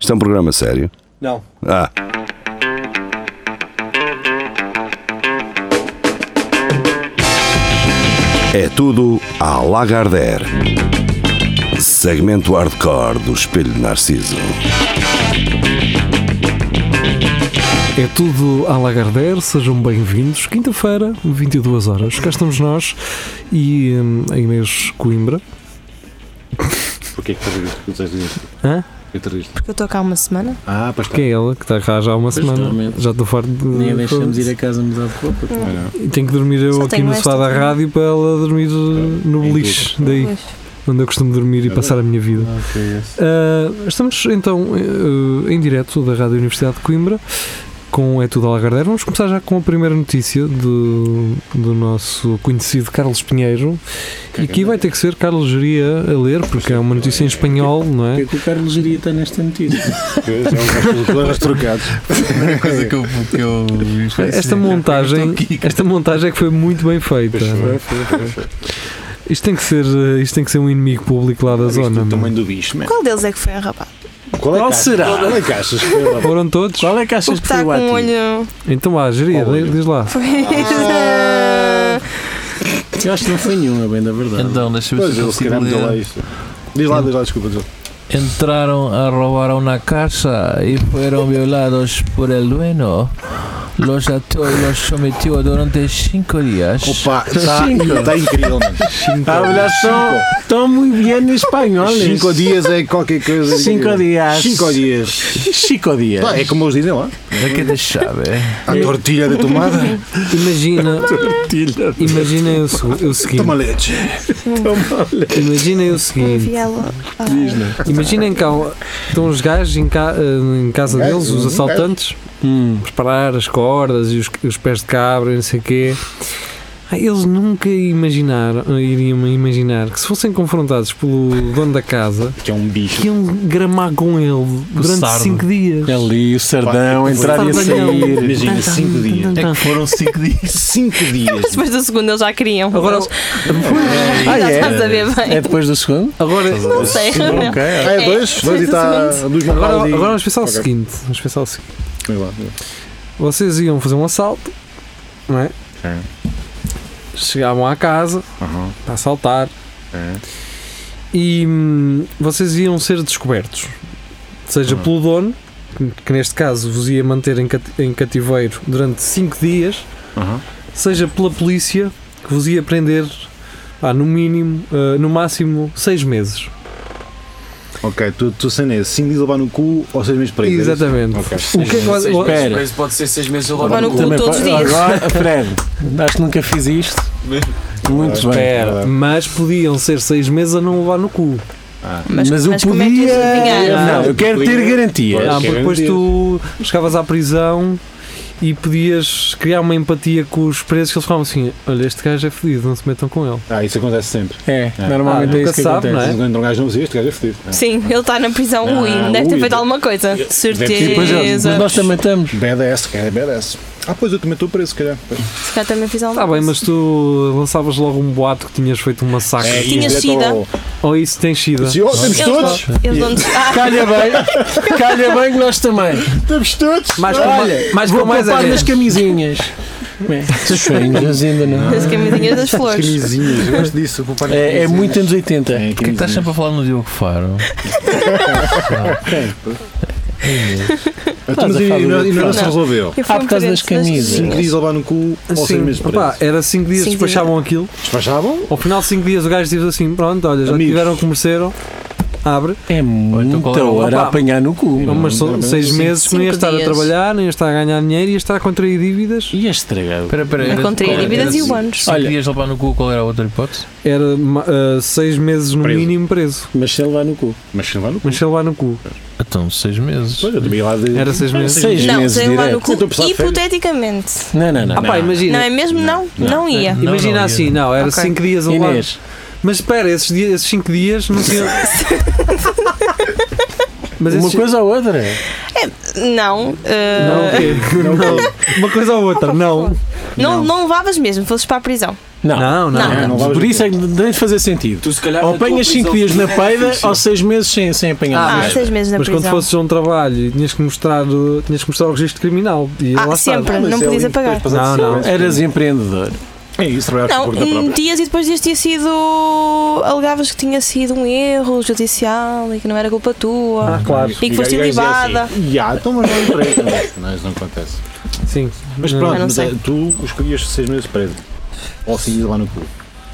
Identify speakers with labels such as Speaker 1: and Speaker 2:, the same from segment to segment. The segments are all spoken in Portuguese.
Speaker 1: Isto é um programa sério.
Speaker 2: Não.
Speaker 1: Ah, é tudo à Lagardère. Segmento hardcore do Espelho de Narciso.
Speaker 3: É tudo à Lagardère, sejam bem-vindos. Quinta-feira, 22 horas. Cá estamos nós e hum, a Inês Coimbra.
Speaker 4: Porquê é que estás a rir? Estás a rir?
Speaker 3: Hã?
Speaker 4: Porquê te rires?
Speaker 5: Porque eu estou cá há uma semana.
Speaker 4: Ah, pois
Speaker 6: tá.
Speaker 4: está.
Speaker 3: Que é ela, que está cá já há uma semana.
Speaker 6: realmente.
Speaker 3: Já estou farto de.
Speaker 6: Nem a deixamos ir a casa mudar de roupa.
Speaker 4: Ah, não.
Speaker 3: Tenho que dormir eu
Speaker 5: Só
Speaker 3: aqui
Speaker 5: tenho
Speaker 3: no
Speaker 5: esta
Speaker 3: sofá da
Speaker 5: também.
Speaker 3: rádio para ela
Speaker 6: É,
Speaker 3: dormir uh, no
Speaker 4: Em
Speaker 3: beliche, daí,
Speaker 5: Pois.
Speaker 3: onde eu costumo dormir e
Speaker 6: É
Speaker 4: Ah,
Speaker 3: passar a minha vida.
Speaker 4: Ah, ok, yes.
Speaker 3: Uh, estamos então uh, em direto da Rádio Universidade de Coimbra com É Tudo Alagardeiro. Vamos começar já com a primeira notícia do, do nosso conhecido Carlos Pinheiro. E aqui vai ter que ser Carlos Geria a ler, porque é uma notícia em espanhol, não
Speaker 6: Porquê
Speaker 3: é?
Speaker 6: é que o Carlos Geria está nesta notícia?
Speaker 4: Pois, é um gajo com os trocados.
Speaker 6: Primeira coisa que eu. Que eu
Speaker 3: Esta montagem, esta montagem é que foi muito bem feita. Isto tem que ser, uh, isto tem que ser um inimigo público lá da
Speaker 6: oh,
Speaker 4: Viste
Speaker 3: zona.
Speaker 4: o
Speaker 3: não é?
Speaker 4: tamanho do bicho, man.
Speaker 5: Qual deles é que foi arrabado?
Speaker 4: Qual, é que achas-
Speaker 6: será?
Speaker 4: Qual é que achas que foi lá?
Speaker 3: Foram todos?
Speaker 6: Qual é que achas
Speaker 5: O que
Speaker 6: que foi
Speaker 5: está
Speaker 6: o
Speaker 5: com o
Speaker 6: ativo?
Speaker 5: olho.
Speaker 3: Então vá, geria,
Speaker 4: Olha.
Speaker 3: diz lá.
Speaker 6: Ah. Eu acho que não foi nenhuma, bem da verdade.
Speaker 7: Então, deixa-me ver
Speaker 4: Pois,
Speaker 7: se eu
Speaker 4: ele se
Speaker 7: consigo
Speaker 4: calhar meteu lá
Speaker 7: ler.
Speaker 4: isto. Diz lá, diz lá, desculpa. diz lá.
Speaker 7: Entraron a robar una casa y fueron violados por el dueño. Los ató y los sometió durante cinco días.
Speaker 4: Opa, está tá incrível, mano.
Speaker 6: Ah, olha só, estão muito bem em espanhol.
Speaker 4: 5 dias é qualquer coisa.
Speaker 6: Cinco dias.
Speaker 4: 5 dias.
Speaker 6: Chico Dias.
Speaker 4: Pá, é como eles dizem lá.
Speaker 7: é ¿De qué te sabe?
Speaker 4: A tortilha de tomada.
Speaker 3: Imagina, imaginem o, segu- o seguinte.
Speaker 4: Toma leite.
Speaker 3: Imaginem o seguinte.
Speaker 5: Viela. Ah,
Speaker 3: Imaginem cá estão os gajos em, ca- eh, em casa deles, os assaltantes,
Speaker 6: Hum.
Speaker 3: preparar as cordas e os, os pés de cabra e não sei o quê. Ah, Eles nunca imaginaram, iriam imaginar que se fossem confrontados pelo dono da casa,
Speaker 4: Que é um bicho.
Speaker 3: que iam gramar com ele durante
Speaker 7: sardo.
Speaker 3: 5 dias.
Speaker 6: Ali, o Sardão, entrar e a sair.
Speaker 4: Imagina, 5 dias.
Speaker 7: É que fueron cinco días.
Speaker 4: 5 dias.
Speaker 5: Ah. Depois do segundo eles já queriam.
Speaker 3: Agora-
Speaker 5: Eles-
Speaker 6: Ah,
Speaker 5: já
Speaker 6: é?
Speaker 5: estás a ver bem.
Speaker 6: É depois do segundo?
Speaker 3: Agora,
Speaker 5: Não sei.
Speaker 6: Ok.
Speaker 4: Ah, é dois? Dois e está dos
Speaker 3: agora,
Speaker 4: Mapaldi.
Speaker 3: agora vamos pensar o
Speaker 4: Ok.
Speaker 3: seguinte: vamos pensar o seguinte.
Speaker 4: Vai lá, vai lá.
Speaker 3: Vocês iam fazer um assalto, não é? Chegavam à casa para assaltar
Speaker 4: É.
Speaker 3: e hum, vocês iam ser descobertos,
Speaker 4: Uhum.
Speaker 3: seja pelo dono, que- que neste caso vos ia manter em cati- em cativeiro durante 5 dias,
Speaker 4: Aham.
Speaker 3: seja pela polícia, que vos ia prender pá, no mínimo, ah, no máximo 6 meses.
Speaker 4: Ok, tu, tu sem nesse. 5 dias levar no cu ou 6 meses para isso?
Speaker 3: Exatamente.
Speaker 4: Ok.
Speaker 3: O que é que vocês-
Speaker 6: Espera.
Speaker 7: Mas pode ser seis meses logo.
Speaker 5: Agora no cu
Speaker 6: Também
Speaker 5: todos os
Speaker 6: pode-
Speaker 5: dias.
Speaker 6: Agora, Fred, acho que nunca fiz isto. Muito bem.
Speaker 3: Espera, mas podiam ser 6 meses a não levar no cu.
Speaker 6: Mas, o
Speaker 5: mas como é que
Speaker 6: podia.
Speaker 5: tens de vingar?
Speaker 6: não, eu quero ter garantia.
Speaker 3: Não,
Speaker 4: Acho
Speaker 3: Ah,
Speaker 4: que
Speaker 3: porque
Speaker 4: era um
Speaker 3: depois
Speaker 4: dia.
Speaker 3: tu chegavas à prisão e podias criar uma empatia com os presos que eles falavam assim: olha, este gajo é fedido, não se metam com ele.
Speaker 4: Ah, isso acontece sempre.
Speaker 6: É,
Speaker 4: Ah,
Speaker 6: normalmente é
Speaker 3: nunca
Speaker 6: isso que
Speaker 3: sabe,
Speaker 6: acontece.
Speaker 3: não é?
Speaker 4: Se não entra um gajo não sei, este gajo é fedido. Ah.
Speaker 5: Sim, ele está na prisão.
Speaker 4: Ah,
Speaker 5: Ui, deve
Speaker 4: ui.
Speaker 5: ter feito alguma coisa.
Speaker 6: E depois eu- é, mas
Speaker 5: Certeza.
Speaker 6: nós também estamos.
Speaker 4: Badass, cara, é badass. Ah, pois eu também estou preso, se calhar. Pois.
Speaker 5: Se calhar também
Speaker 6: Tá
Speaker 5: fiz alguma
Speaker 3: Está Tá bem,
Speaker 5: coisa.
Speaker 3: mas tu lançavas logo um boato que tinhas feito um massacre.
Speaker 4: É,
Speaker 5: Tinha
Speaker 4: isso,
Speaker 5: sida.
Speaker 4: direto
Speaker 3: Ou isso tem sido.
Speaker 4: ao- Se- oh, Temos
Speaker 5: Eles
Speaker 4: todos!
Speaker 5: vão- Eles vão Ah,
Speaker 6: Calha bem, calha bem que nós também.
Speaker 4: Temos todos! Ah.
Speaker 3: Mais com
Speaker 6: Olha,
Speaker 3: mais, mais,
Speaker 6: Vou
Speaker 3: com mais
Speaker 6: poupar
Speaker 3: é
Speaker 6: nas
Speaker 3: menos.
Speaker 6: camisinhas. Bem, Essas franjas ainda não.
Speaker 5: as camisinhas das flores.
Speaker 4: Camisinhas, eu gosto disso. eu vou parar
Speaker 6: É, é
Speaker 4: camisinhas.
Speaker 6: muito anos 80.
Speaker 4: É,
Speaker 7: que estás
Speaker 4: camisinhas.
Speaker 7: sempre a falar no Diogo Faro?
Speaker 4: Ah, tu,
Speaker 6: Estás
Speaker 4: mas
Speaker 6: a
Speaker 4: e-
Speaker 6: falar
Speaker 4: e não- E não
Speaker 6: do-
Speaker 4: se resolveu.
Speaker 5: Eu fui
Speaker 6: Ah, por causa
Speaker 5: um
Speaker 6: das
Speaker 5: presente
Speaker 6: camisas.
Speaker 4: Cinco dias levar no cu ou seis
Speaker 3: Sim,
Speaker 4: meses
Speaker 3: opá,
Speaker 4: preso.
Speaker 3: era 5 dias,
Speaker 5: Cinco dias.
Speaker 3: despachavam aquilo.
Speaker 4: Despachavam?
Speaker 3: Ao final de 5 dias o gajo diz assim: pronto, olha, já
Speaker 4: Amigos.
Speaker 3: tiveram que mereceram. Abre,
Speaker 6: É
Speaker 7: qual é
Speaker 6: muita
Speaker 7: o-
Speaker 6: hora a
Speaker 3: Opa. é
Speaker 6: apanhar no cu. mano.
Speaker 3: mas são
Speaker 4: menos
Speaker 3: 6 meses que não ia
Speaker 5: cinco
Speaker 3: estar a
Speaker 5: dias.
Speaker 3: trabalhar, nem ia estar a ganhar dinheiro, ia estar a contrair dívidas.
Speaker 6: E é estragado.
Speaker 7: Espera, espera.
Speaker 5: Eu
Speaker 7: era-
Speaker 5: Encontrei
Speaker 7: qual era-
Speaker 5: dívidas
Speaker 7: era
Speaker 5: e
Speaker 7: cinco-
Speaker 5: humanos.
Speaker 7: Cinco
Speaker 6: Olha.
Speaker 7: dias levar no cu, qual era a outra hipótese?
Speaker 3: Era 6 meses no
Speaker 4: Preso.
Speaker 3: mínimo preso.
Speaker 6: Mas sem levar no cu.
Speaker 4: Mas se levar no cu.
Speaker 3: Mas sei lá no cu.
Speaker 7: Então, seis meses.
Speaker 4: Pois, eu também ia lá de.
Speaker 3: Era 6 meses.
Speaker 6: Seis
Speaker 5: Não,
Speaker 6: meses
Speaker 5: sei lá no
Speaker 6: direto. Então,
Speaker 5: cu.
Speaker 4: Eu estou a precisar de férias.
Speaker 5: Hipoteticamente.
Speaker 6: Não, não, não.
Speaker 3: Ah pá,
Speaker 6: não.
Speaker 5: Não
Speaker 3: imagina.
Speaker 5: é mesmo? Não, não ia.
Speaker 7: Não,
Speaker 3: Imagina
Speaker 7: não,
Speaker 3: assim,
Speaker 7: ia.
Speaker 3: não, era
Speaker 5: Ok.
Speaker 3: 5 dias a levar.
Speaker 6: Inês,
Speaker 3: Mas espera, esses 5 dias, esses cinco dias não tinham. Mas
Speaker 6: uma
Speaker 3: esses,
Speaker 6: coisa ou outra.
Speaker 5: Não. eh,
Speaker 3: Não, o quê?
Speaker 4: Não, não,
Speaker 3: Uma coisa ou outra, não.
Speaker 5: não, não levavas mesmo, fosses para a prisão.
Speaker 6: Não.
Speaker 3: Não,
Speaker 5: Não,
Speaker 4: não vale a
Speaker 6: Por isso é que tem de fazer sentido.
Speaker 2: Tu se calhar
Speaker 6: Ou
Speaker 2: na tua
Speaker 6: apanhas 5
Speaker 2: prisão
Speaker 6: dias na
Speaker 2: fica
Speaker 6: peida
Speaker 2: difícil.
Speaker 6: ou 6 meses sem, sem apanhar
Speaker 5: Ah,
Speaker 6: nada.
Speaker 5: seis meses na
Speaker 3: Mas quando
Speaker 5: prisão.
Speaker 3: fosses a um trabalho e tinhas que mostrar, uh, tinhas que mostrar o registro criminal. E lá
Speaker 5: Ah,
Speaker 3: está.
Speaker 5: sempre. Não
Speaker 4: mas é
Speaker 5: podias
Speaker 4: ali,
Speaker 5: apagar.
Speaker 4: depois passar
Speaker 3: Não,
Speaker 4: de
Speaker 3: não,
Speaker 4: segurança.
Speaker 6: Eras empreendedor.
Speaker 4: É isso, trabalhaste
Speaker 5: Não,
Speaker 4: por conta
Speaker 5: hum,
Speaker 4: própria.
Speaker 5: dias e depois dias tinha sido. alegavas que tinha sido um erro judicial e que não era culpa tua.
Speaker 3: Ah, claro.
Speaker 5: E que foste
Speaker 4: E o gajo dizia assim,
Speaker 5: ilibada.
Speaker 4: "Ya, então mas não entrei. Não, Mas não acontece.
Speaker 3: Sim.
Speaker 4: Mas
Speaker 3: Não.
Speaker 4: pronto,
Speaker 5: Eu não
Speaker 4: mas,
Speaker 5: sei.
Speaker 4: é, tu escolhias seis meses preso. Ou cinco dias lá no cu.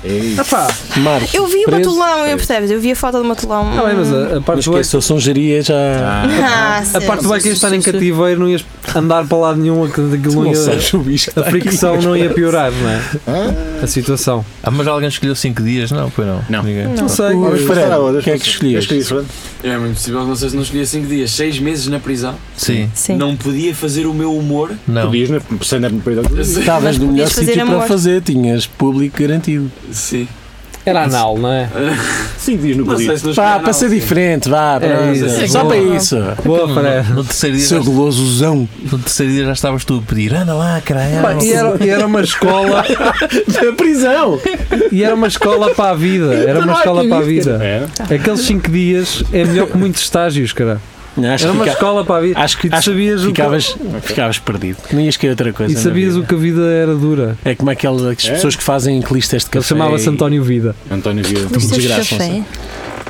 Speaker 4: É isso.
Speaker 3: Epá,
Speaker 6: Marcos.
Speaker 5: Eu vi o
Speaker 6: preso.
Speaker 5: matulão, eu percebes? Eu vi a foto do matulão.
Speaker 3: Não, é, mas a, a
Speaker 6: Mas
Speaker 3: parte do
Speaker 6: esquece, eu sou sonjaria já.
Speaker 4: Ah,
Speaker 5: Ah, sim.
Speaker 3: A parte do que ias estar em
Speaker 7: sim, sim.
Speaker 3: cativeiro, não ias andar para lado nenhum, aquilo
Speaker 6: Tu
Speaker 3: aquilo não
Speaker 6: não
Speaker 3: ia.
Speaker 6: sabes o bicho que
Speaker 3: A
Speaker 6: está aqui.
Speaker 3: fricção não ia piorar, não é? A situação.
Speaker 7: Ah, mas alguém escolheu 5 dias? Não, pois não.
Speaker 4: Não.
Speaker 7: Ninguém.
Speaker 3: Não sei.
Speaker 4: vamos
Speaker 6: Fred,
Speaker 4: passar a outras
Speaker 6: o que é que
Speaker 4: pessoas.
Speaker 6: escolhias?
Speaker 4: Eu escolhi, Fred.
Speaker 2: É muito possível que vocês não escolhiam 5 dias, 6 meses na prisão.
Speaker 7: Sim,
Speaker 5: Sim.
Speaker 2: Não podia fazer o meu humor.
Speaker 7: não.
Speaker 4: Podias, né? Sendo a primeira coisa.
Speaker 6: Estavas
Speaker 5: Mas
Speaker 6: no melhor
Speaker 5: podias fazer
Speaker 6: sítio para
Speaker 5: amor.
Speaker 6: fazer, tinhas público garantido.
Speaker 2: Sim.
Speaker 3: Era anal, não é?
Speaker 4: Cinco dias no
Speaker 2: Não sei
Speaker 4: Brasil.
Speaker 2: se nos
Speaker 6: Pá,
Speaker 2: canal,
Speaker 6: para ser
Speaker 2: sim.
Speaker 6: diferente, vá, para-
Speaker 3: É
Speaker 6: é
Speaker 3: isso.
Speaker 6: só
Speaker 7: Boa.
Speaker 6: para isso.
Speaker 3: Boa,
Speaker 7: No-
Speaker 3: Fred.
Speaker 7: No, no terceiro dia,
Speaker 6: Seu
Speaker 7: já,
Speaker 6: golosozão.
Speaker 7: no terceiro dia já estavas tu a pedir, anda lá, caralho.
Speaker 3: Pá, E era, e era uma escola,
Speaker 6: Da prisão!
Speaker 3: e era uma escola para a vida, era uma escola para a vida.
Speaker 4: É.
Speaker 3: Aqueles 5 dias é melhor que muitos estágios, cara.
Speaker 6: Acho
Speaker 3: Era
Speaker 6: que
Speaker 3: uma
Speaker 6: fica-
Speaker 3: escola para a vida.
Speaker 6: Acho que
Speaker 3: E sabias o que,
Speaker 6: ficavas, ficavas perdido. Não ias querer outra coisa.
Speaker 3: e
Speaker 6: na
Speaker 3: sabias
Speaker 6: vida.
Speaker 3: o que a vida era dura.
Speaker 6: É como aquelas aquelas
Speaker 4: É?
Speaker 6: pessoas que fazem listas de café.
Speaker 3: Ele chamava-se
Speaker 6: e
Speaker 3: António Vida.
Speaker 4: António Vieira.
Speaker 5: Mas tens
Speaker 6: Desgraçam-se.
Speaker 5: café?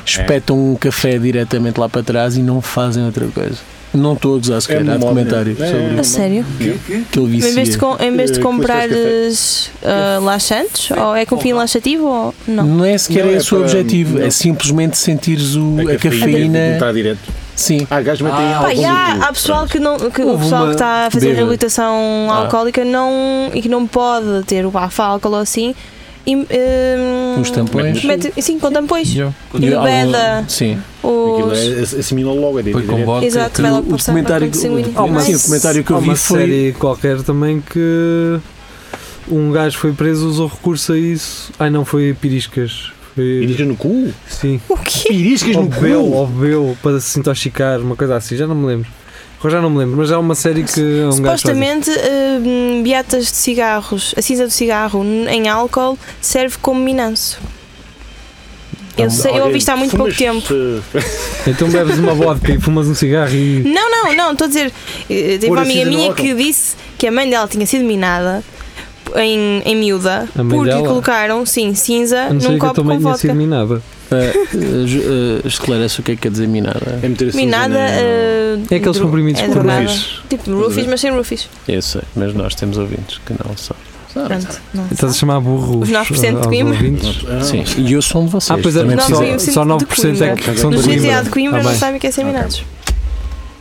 Speaker 6: Espetam um café diretamente lá para trás e não fazem outra coisa. Não estou a gozar, se
Speaker 3: É
Speaker 6: calhar. Há
Speaker 4: uma moda,
Speaker 6: documentário
Speaker 4: né?
Speaker 6: sobre
Speaker 5: A sério?
Speaker 6: que ele
Speaker 5: Mas Em vez de,
Speaker 6: vicia.
Speaker 5: com, em vez de
Speaker 4: Eh,
Speaker 5: comprares ah, laxantes? Ou é com fim laxativo? Ou não?
Speaker 6: Não é sequer
Speaker 4: Não, é
Speaker 6: esse o
Speaker 4: para-
Speaker 6: objetivo,
Speaker 4: não.
Speaker 6: é simplesmente sentires o,
Speaker 4: É
Speaker 3: É
Speaker 6: a, cafeína.
Speaker 4: Está direto.
Speaker 6: Sim,
Speaker 4: Há gajos que metem
Speaker 2: Ah,
Speaker 5: Pá,
Speaker 4: álcool
Speaker 5: e há,
Speaker 4: no cu.
Speaker 5: há pessoal
Speaker 4: Pronto.
Speaker 5: que, não, que o
Speaker 3: Houve
Speaker 5: pessoal
Speaker 3: uma
Speaker 5: que está a fazer
Speaker 6: bêbada.
Speaker 5: reabilitação
Speaker 6: Ah.
Speaker 5: alcoólica não, e que não pode ter o bafo álcool ou assim. E, hum,
Speaker 6: uns tampões.
Speaker 5: mete- sim, com tampões.
Speaker 7: Eu.
Speaker 6: E
Speaker 5: E o
Speaker 6: algum-
Speaker 5: Beda.
Speaker 6: Sim.
Speaker 4: Aquilo
Speaker 5: Os,
Speaker 4: é- assimila logo, é
Speaker 7: Foi
Speaker 4: direto.
Speaker 7: com vodka.
Speaker 5: Exato, vai logo
Speaker 6: o
Speaker 5: passar é para a
Speaker 6: documentário
Speaker 5: corrente
Speaker 6: que-
Speaker 5: sanguínea.
Speaker 6: Há uma-
Speaker 5: Mas-
Speaker 6: sim, o documentário que eu
Speaker 3: Há uma
Speaker 6: vi foi.
Speaker 3: série qualquer também que um gajo foi preso usou recurso a isso. Ai não, foi piriscas. Foi,
Speaker 4: Piriscas no cu?
Speaker 3: Sim.
Speaker 5: O quê?
Speaker 4: Piriscas
Speaker 3: Ou
Speaker 4: no
Speaker 3: bebeu,
Speaker 4: cu?
Speaker 3: ou bebeu para se intoxicar, uma coisa assim, já não me lembro. Agora já não me lembro, mas há uma série que um gajo faz isso.
Speaker 5: Supostamente, hum, beatas de cigarros, a cinza do cigarro n- em álcool serve como minanço. Eu, sei, eu ouvi isto há muito pouco tempo.
Speaker 3: Então bebes uma vodka e fumas um cigarro e.
Speaker 5: Não, não, não, estou a dizer. eh, Teve
Speaker 4: Pôr
Speaker 3: assim
Speaker 5: uma
Speaker 4: a cinza
Speaker 5: amiga
Speaker 4: no
Speaker 5: minha
Speaker 4: álcool.
Speaker 5: que disse que a mãe dela tinha sido minada em, em miúda
Speaker 3: A mãe
Speaker 5: porque
Speaker 3: dela?
Speaker 5: colocaram, sim, cinza
Speaker 3: A não
Speaker 5: num
Speaker 3: ser que eu
Speaker 5: copo com
Speaker 3: também tinha
Speaker 5: vodka.
Speaker 3: sido minada.
Speaker 6: Uh, uh, ju- uh, esclarece o que é que quer dizer minada.
Speaker 4: É meter assim.
Speaker 5: Minada. eh,
Speaker 3: É aqueles
Speaker 5: dro-
Speaker 3: comprimidos
Speaker 5: é
Speaker 3: por
Speaker 5: drogada.
Speaker 4: rufis.
Speaker 5: Tipo roofies, mas sem roofies.
Speaker 6: Eu sei, mas nós temos ouvintes que não são.
Speaker 5: Pronto. não sei.
Speaker 3: Estás a chamar burro
Speaker 5: Os 9% de
Speaker 3: aos
Speaker 5: Coimbra.
Speaker 3: ouvintes?
Speaker 4: ah,
Speaker 6: Sim, e eu sou um de vocês.
Speaker 3: Ah, pois é,
Speaker 6: também
Speaker 5: Nós
Speaker 3: só,
Speaker 6: precisam-
Speaker 5: vimos-
Speaker 3: só 9% é
Speaker 5: de
Speaker 3: que são
Speaker 4: Coimbra.
Speaker 3: de
Speaker 5: Nos GTA
Speaker 3: Coimbra.
Speaker 5: de Coimbra
Speaker 3: Ah,
Speaker 5: não
Speaker 3: bem.
Speaker 5: sabem o que é ser minados.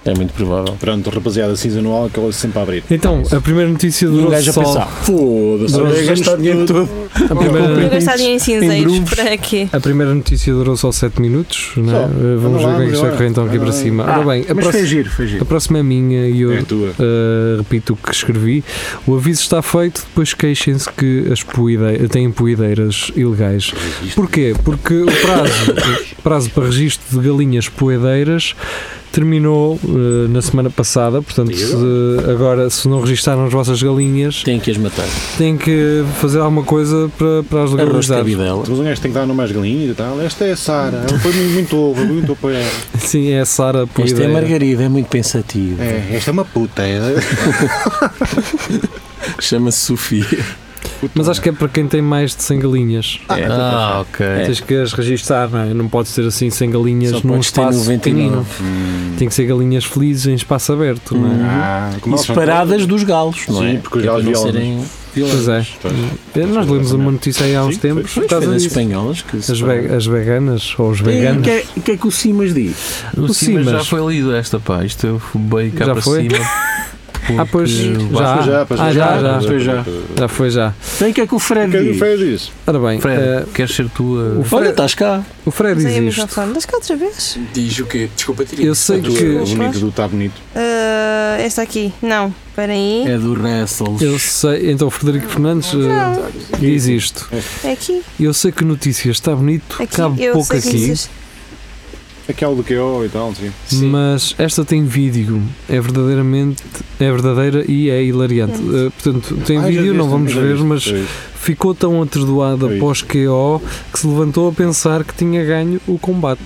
Speaker 6: é muito provável.
Speaker 4: Pronto, rapaziada, cinza no álcool é sempre a abrir.
Speaker 3: Então, a primeira notícia
Speaker 6: E um
Speaker 3: durou
Speaker 6: gajo a
Speaker 3: só.
Speaker 6: pensar, foda-se,
Speaker 3: Durou
Speaker 6: eu ia gastar dinheiro todo.
Speaker 3: A
Speaker 5: Estou a
Speaker 3: primeira,
Speaker 5: gastar dinheiro em
Speaker 6: em
Speaker 5: cinzeiros.
Speaker 6: grooves.
Speaker 5: Para quê?
Speaker 3: a primeira notícia durou só 7 minutos. Né?
Speaker 4: Só.
Speaker 3: Eh, Vamos
Speaker 4: Vamos
Speaker 3: ver
Speaker 4: lá,
Speaker 3: como é que isto vai
Speaker 4: vamos
Speaker 3: correr então aqui
Speaker 4: lá.
Speaker 3: para cima. Ora bem, a,
Speaker 4: Ah, Mas
Speaker 3: próxima-
Speaker 4: foi giro, foi
Speaker 3: a
Speaker 4: giro.
Speaker 3: próxima é minha e eu
Speaker 4: É tua.
Speaker 3: eh, repito o que escrevi. O aviso está feito, depois queixem-se que as poeide- têm poedeiras ilegais. Porquê? Porque o prazo, o prazo para registro de galinhas poedeiras terminou eh, na semana passada, portanto,
Speaker 4: E
Speaker 3: se- agora se não registaram as vossas galinhas,
Speaker 6: Tem que as matar.
Speaker 3: têm que fazer alguma coisa para, para as
Speaker 6: Arroz de
Speaker 3: legalizar.
Speaker 6: cabidela.
Speaker 4: Mas um gajo tem que dar nome às galinhas e tal. Esta é a Sara. Ela foi muito ovo, muito ovo. É,
Speaker 3: Sim, é a Sara
Speaker 6: Esta é
Speaker 3: Poedeira.
Speaker 6: margarida, é muito pensativo.
Speaker 4: esta é uma puta. É,
Speaker 6: Chama-se Sofia.
Speaker 3: Mas acho que é para quem tem mais de 100 galinhas.
Speaker 6: É.
Speaker 7: Ah, ok.
Speaker 8: É.
Speaker 3: Tens que as registrar, não é? Não podes ter assim 100
Speaker 6: Só
Speaker 3: galinhas num
Speaker 6: podes ter
Speaker 3: espaço
Speaker 6: 99.
Speaker 3: pequenino. Tem que ser galinhas felizes em espaço aberto, não é?
Speaker 4: Ah, como
Speaker 6: E
Speaker 4: elas são
Speaker 6: separadas dos galos, não é?
Speaker 4: Sim, porque os
Speaker 6: Que é para
Speaker 4: galos
Speaker 6: não
Speaker 4: violam-nos.
Speaker 6: serem
Speaker 3: Pois é. Eh, Nós lemos uma notícia aí há uns
Speaker 4: Sim,
Speaker 3: tempos por
Speaker 6: Pois, foi
Speaker 3: causa
Speaker 6: das
Speaker 3: disso.
Speaker 6: espanholas que
Speaker 3: As, ve- as veganas ou os
Speaker 6: O
Speaker 3: veganos.
Speaker 6: que, é, o que é que o Simas diz?
Speaker 7: O
Speaker 3: Sim,
Speaker 7: Simas já
Speaker 3: mas-
Speaker 7: foi lido esta, pá. Isto eu fubei cá
Speaker 3: Já
Speaker 7: para
Speaker 3: foi?
Speaker 7: cima.
Speaker 3: Ah, pois,
Speaker 7: porque o
Speaker 3: já.
Speaker 4: Pois já, pois
Speaker 3: Ah, já, já.
Speaker 4: Pois já.
Speaker 3: Já foi já.
Speaker 6: Tem o que é que o Fred
Speaker 4: Quem
Speaker 6: diz?
Speaker 4: fez isso?
Speaker 3: Ora bem,
Speaker 7: Fred,
Speaker 3: eh,
Speaker 7: queres ser tu
Speaker 3: o,
Speaker 7: a.
Speaker 6: Olha,
Speaker 3: Fred,
Speaker 6: estás cá.
Speaker 3: o Fred
Speaker 5: Mas é a
Speaker 3: diz
Speaker 5: mesma
Speaker 3: isto.
Speaker 5: forma. Mas cá outra vez?
Speaker 2: Diz o quê? Desculpa, Tirinho.
Speaker 3: Eu sei
Speaker 4: Tu, é O
Speaker 3: que.
Speaker 4: bonito do está bonito.
Speaker 5: Ah, esta aqui. Não, espera aí.
Speaker 6: É do Wrestles.
Speaker 3: Eu sei. Então o Frederico Fernandes eh, diz isto.
Speaker 5: É aqui.
Speaker 3: Eu sei que notícias está bonito,
Speaker 5: Aqui.
Speaker 3: cabe um
Speaker 5: eu
Speaker 3: pouco
Speaker 5: sei que
Speaker 3: aqui.
Speaker 5: vocês-
Speaker 4: Aquele é do KO e tal, sim.
Speaker 2: Sim.
Speaker 3: Mas esta tem vídeo, é verdadeiramente, é verdadeira e é hilariante. Uh, portanto, tem
Speaker 4: Ah, já vi
Speaker 3: vídeo,
Speaker 4: este,
Speaker 3: não vamos
Speaker 4: já
Speaker 3: ver,
Speaker 4: vi
Speaker 3: mas é
Speaker 4: este.
Speaker 3: ficou tão atordoada
Speaker 4: Foi.
Speaker 3: após KO que se levantou a pensar que tinha ganho o combate.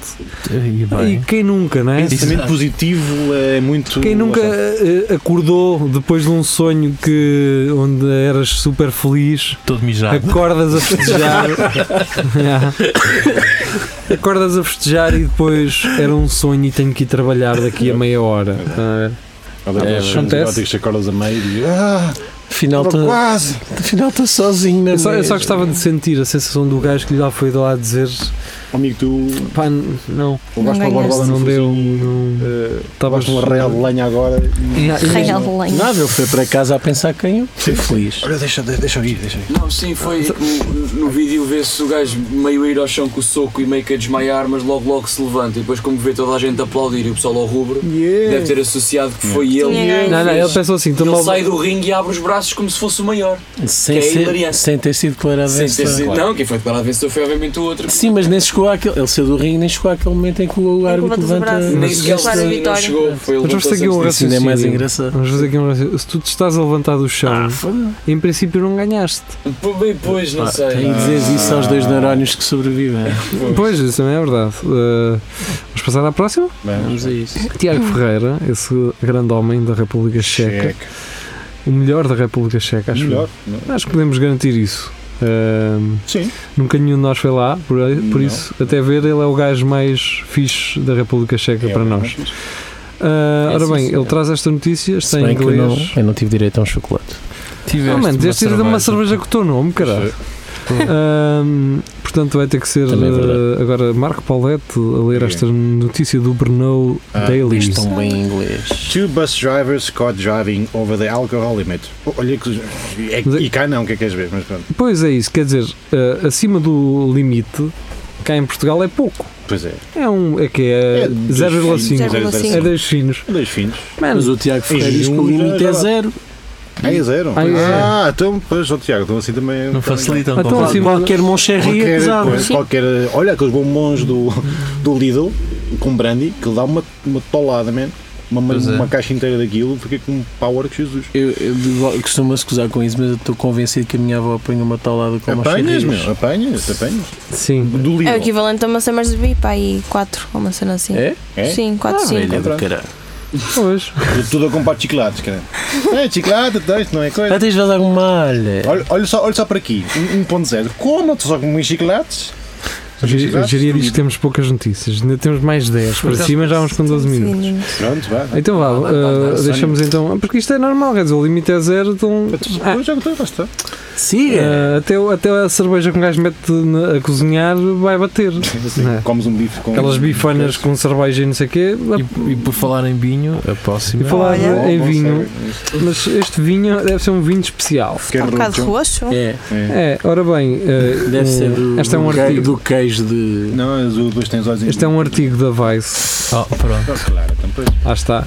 Speaker 7: E
Speaker 3: E
Speaker 7: bem.
Speaker 3: quem nunca, não é?
Speaker 4: Pensamento positivo é muito.
Speaker 3: Quem nunca eh, acordou depois de um sonho que, onde eras super feliz,
Speaker 8: Todo
Speaker 3: É.
Speaker 8: mijado.
Speaker 3: acordas a festejar. Yeah. Acordas a festejar e depois era um sonho e tenho que ir trabalhar daqui a meia hora. Estão a ver?
Speaker 4: É,
Speaker 3: acontece.
Speaker 4: acontece. acordas a meio e. Ah,
Speaker 6: Afinal,
Speaker 4: estava
Speaker 6: tá-
Speaker 4: quase!
Speaker 6: afinal está sozinho né, na
Speaker 3: Eu só, eu
Speaker 6: mesa.
Speaker 3: só gostava de sentir a sensação do gajo que lhe lá foi de lá dizer
Speaker 4: Amigo, tu
Speaker 3: pá, n- não,
Speaker 4: levaste para a
Speaker 5: ganhaste.
Speaker 4: bordoada
Speaker 3: não
Speaker 4: no
Speaker 3: deu,
Speaker 4: deu.
Speaker 3: não.
Speaker 4: Estavas numa real de lenha agora. e-
Speaker 3: Yeah, yeah.
Speaker 9: Real de lenha.
Speaker 6: Nada, eu fui para casa a pensar quem eu fui feliz.
Speaker 4: Olha, deixa, deixa eu ir, deixa eu ir.
Speaker 2: Não, sim, foi no, no vídeo vê-se o gajo meio a ir ao chão com o soco e meio que a desmaiar, mas logo logo se levanta. E depois, como vê toda a gente a aplaudir e o pessoal ao rubro, deve ter associado que foi ele.
Speaker 5: Tinha ganho.
Speaker 3: Não, não, ele pensou assim, então
Speaker 2: Ele
Speaker 3: logo,
Speaker 2: sai do ringue e abre os braços como se fosse o maior.
Speaker 6: Sem,
Speaker 2: Que é
Speaker 6: ser-
Speaker 2: hilariante.
Speaker 6: sem ter sido declarado
Speaker 2: Sem ter
Speaker 6: vencedor.
Speaker 2: sido- Não, quem foi declarado vencedor foi obviamente o outro.
Speaker 6: Sim, mas nem chegou àquele. Ele saiu do ringue, nem chegou àquele momento em que o árbitro
Speaker 5: levanta os
Speaker 6: levanta.
Speaker 5: braços.
Speaker 2: Nem
Speaker 5: Mas
Speaker 2: sequer
Speaker 5: isso-
Speaker 2: ele não
Speaker 5: Vitória.
Speaker 2: chegou. Foi ele
Speaker 3: Mas vamos ter aqui um
Speaker 2: levantou-se
Speaker 6: Isso ainda é mais
Speaker 3: Raciocínio.
Speaker 6: engraçado.
Speaker 3: vamos fazer aqui um raciocínio. se tu te estás a levantar do chão,
Speaker 6: Ah, foda-se.
Speaker 3: em princípio não ganhaste.
Speaker 2: assim. Pô, Bem, pois, não sei. Ah.
Speaker 6: E dizes isso aos dois neurónios que sobrevivem.
Speaker 3: Pois, isso também é verdade. Uh, vamos passar à próxima?
Speaker 6: Vamos a isso.
Speaker 3: Tiago Ferreira, esse grande homem da República Checa,
Speaker 4: Checa.
Speaker 3: o
Speaker 4: é
Speaker 3: melhor da República Checa, acho
Speaker 4: Melhor.
Speaker 3: eu. Acho que podemos garantir isso. Uh,
Speaker 4: Sim.
Speaker 3: nunca nenhum de nós foi lá, por, por
Speaker 4: Não.
Speaker 3: isso, até ver, ele é o gajo mais fixe da República Checa
Speaker 4: É,
Speaker 3: para
Speaker 4: mas-
Speaker 3: nós. Uh,
Speaker 6: É,
Speaker 3: ora
Speaker 6: sim,
Speaker 3: bem, ele
Speaker 6: senhor.
Speaker 3: traz esta notícia,
Speaker 6: Se
Speaker 3: está em
Speaker 6: bem que eu não,
Speaker 3: inglês.
Speaker 6: eu não tive direito a um chocolate.
Speaker 3: Ah,
Speaker 7: Tiveste
Speaker 3: mano, devias ter ido a uma cerveja com o teu nome, caralho.
Speaker 4: Sim.
Speaker 3: Ahm, portanto, vai ter que ser
Speaker 6: Também é verdade.
Speaker 3: eh, agora Marco Paulette a ler
Speaker 4: Ok.
Speaker 3: esta notícia do Brno
Speaker 4: Ah,
Speaker 3: Daily.
Speaker 6: Diz tão bem em inglês.
Speaker 4: Two bus drivers caught driving over the alcohol limit. O- Olha que. é-
Speaker 3: Mas é-
Speaker 4: e cá não, o que é que queres ver? Mas pronto.
Speaker 3: Pois é, isso quer dizer, eh, acima do limite, cá em Portugal é pouco.
Speaker 4: Pois é.
Speaker 3: É, um, é que é,
Speaker 4: É dois
Speaker 3: 0,5.
Speaker 4: finos, é
Speaker 3: É dois finos.
Speaker 4: Dois finos.
Speaker 3: Mano,
Speaker 6: Mas o Tiago Ferreira diz que o
Speaker 4: Jura,
Speaker 6: limite
Speaker 4: já
Speaker 6: é
Speaker 4: lá.
Speaker 6: zero.
Speaker 4: Ah, é zero.
Speaker 3: Ah, é.
Speaker 4: Ah, então, pois, ó Tiago, então assim também.
Speaker 8: Não facilitam.
Speaker 3: Então,
Speaker 8: com-
Speaker 3: assim,
Speaker 6: Qualquer moncherria é
Speaker 4: Qualquer,
Speaker 6: pesado.
Speaker 4: pois, qualquer. Olha, aqueles bombons do, do Lidl com brandy que lhe dá uma, uma tolada, man. Uma, uma-
Speaker 7: Pois é.
Speaker 4: uma caixa inteira daquilo, fiquei com um power que Jesus.
Speaker 6: Eu, eu digo- costumo escusar com isso, mas eu estou convencido que a minha avó apanha uma talada com
Speaker 4: Apanhas,
Speaker 6: moncherrias.
Speaker 4: meu, apanhas, apanhas.
Speaker 3: sim.
Speaker 4: Do Lidl.
Speaker 5: É o equivalente a uma Summers Bee, pá, aí 4, uma cena assim.
Speaker 6: É?
Speaker 4: É?
Speaker 5: Sim, 4,
Speaker 6: Ah,
Speaker 5: 5.
Speaker 6: velha do caralho.
Speaker 3: Pois.
Speaker 4: Tu- Tudo a comprar chiclates, cara. É, chiclate, tá, isto não é coisa.
Speaker 6: Ah, tens vazar com malha.
Speaker 4: Olha, olha, só, olha só para aqui, um- 1.0. Como? Tu só comes chiclates?
Speaker 3: A geria diz que temos poucas notícias. Ainda temos mais 10 para cima, já vamos com 12 minutos.
Speaker 4: Pronto, vá.
Speaker 3: Então vá, eh, deixamos então. Porque isto é normal, quer dizer, o limite é zero, então. Ah,
Speaker 4: Depois já estou, já está.
Speaker 6: Siga!
Speaker 3: eh, até, o- até a cerveja que um gajo mete na- a cozinhar vai bater.
Speaker 4: Assim,
Speaker 3: É.
Speaker 4: Comes um bife com.
Speaker 3: Aquelas bifanas com cerveja e não sei o quê.
Speaker 6: Ah,
Speaker 7: E, e por falar em vinho, a próxima.
Speaker 3: E falar
Speaker 5: Olha.
Speaker 3: em vinho, mas este vinho deve ser um vinho especial.
Speaker 5: Está um bocado roxo.
Speaker 6: É,
Speaker 3: É, ora bem, eh, um,
Speaker 6: deve ser do,
Speaker 3: este é um
Speaker 6: do, queijo,
Speaker 3: artigo.
Speaker 6: do queijo de.
Speaker 4: Não, as duas tens olhos em
Speaker 3: Este é um artigo da Vice.
Speaker 7: Oh, pronto.
Speaker 4: Ah, Claro, então pois.
Speaker 3: Lá está.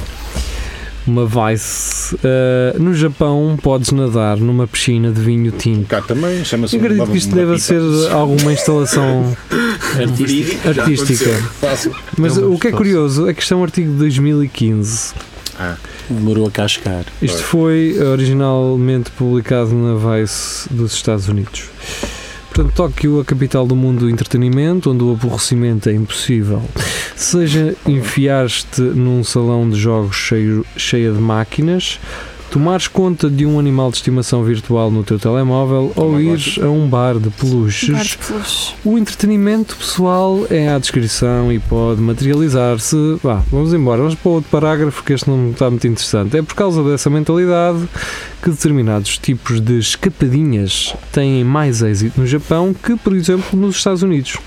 Speaker 3: Uma Vice. Eh, no Japão podes nadar numa piscina de vinho tinto.
Speaker 4: Cá um também, chama-se.
Speaker 3: Eu acredito
Speaker 4: uma-
Speaker 3: que isto
Speaker 4: uma
Speaker 3: deva
Speaker 4: pipa.
Speaker 3: ser alguma instalação artística. Mas
Speaker 7: Não,
Speaker 3: o que é
Speaker 7: mas
Speaker 3: curioso é que isto é um artigo de 2015.
Speaker 6: Demorou a cascar.
Speaker 3: Isto foi originalmente publicado na Vice dos Estados Unidos. Portanto, Tóquio, a capital do mundo do entretenimento, onde o aborrecimento é impossível. Seja enfiar-te num salão de jogos cheio, cheia de máquinas, tomares conta de um animal de estimação virtual no teu telemóvel ou ires a um bar de peluches,
Speaker 5: Vários pelos.
Speaker 3: o entretenimento pessoal é à descrição e pode materializar-se. Vá, vamos embora, vamos para outro parágrafo que este não está muito interessante. É por causa dessa mentalidade que determinados tipos de escapadinhas têm mais êxito no Japão que, por exemplo, nos Estados Unidos.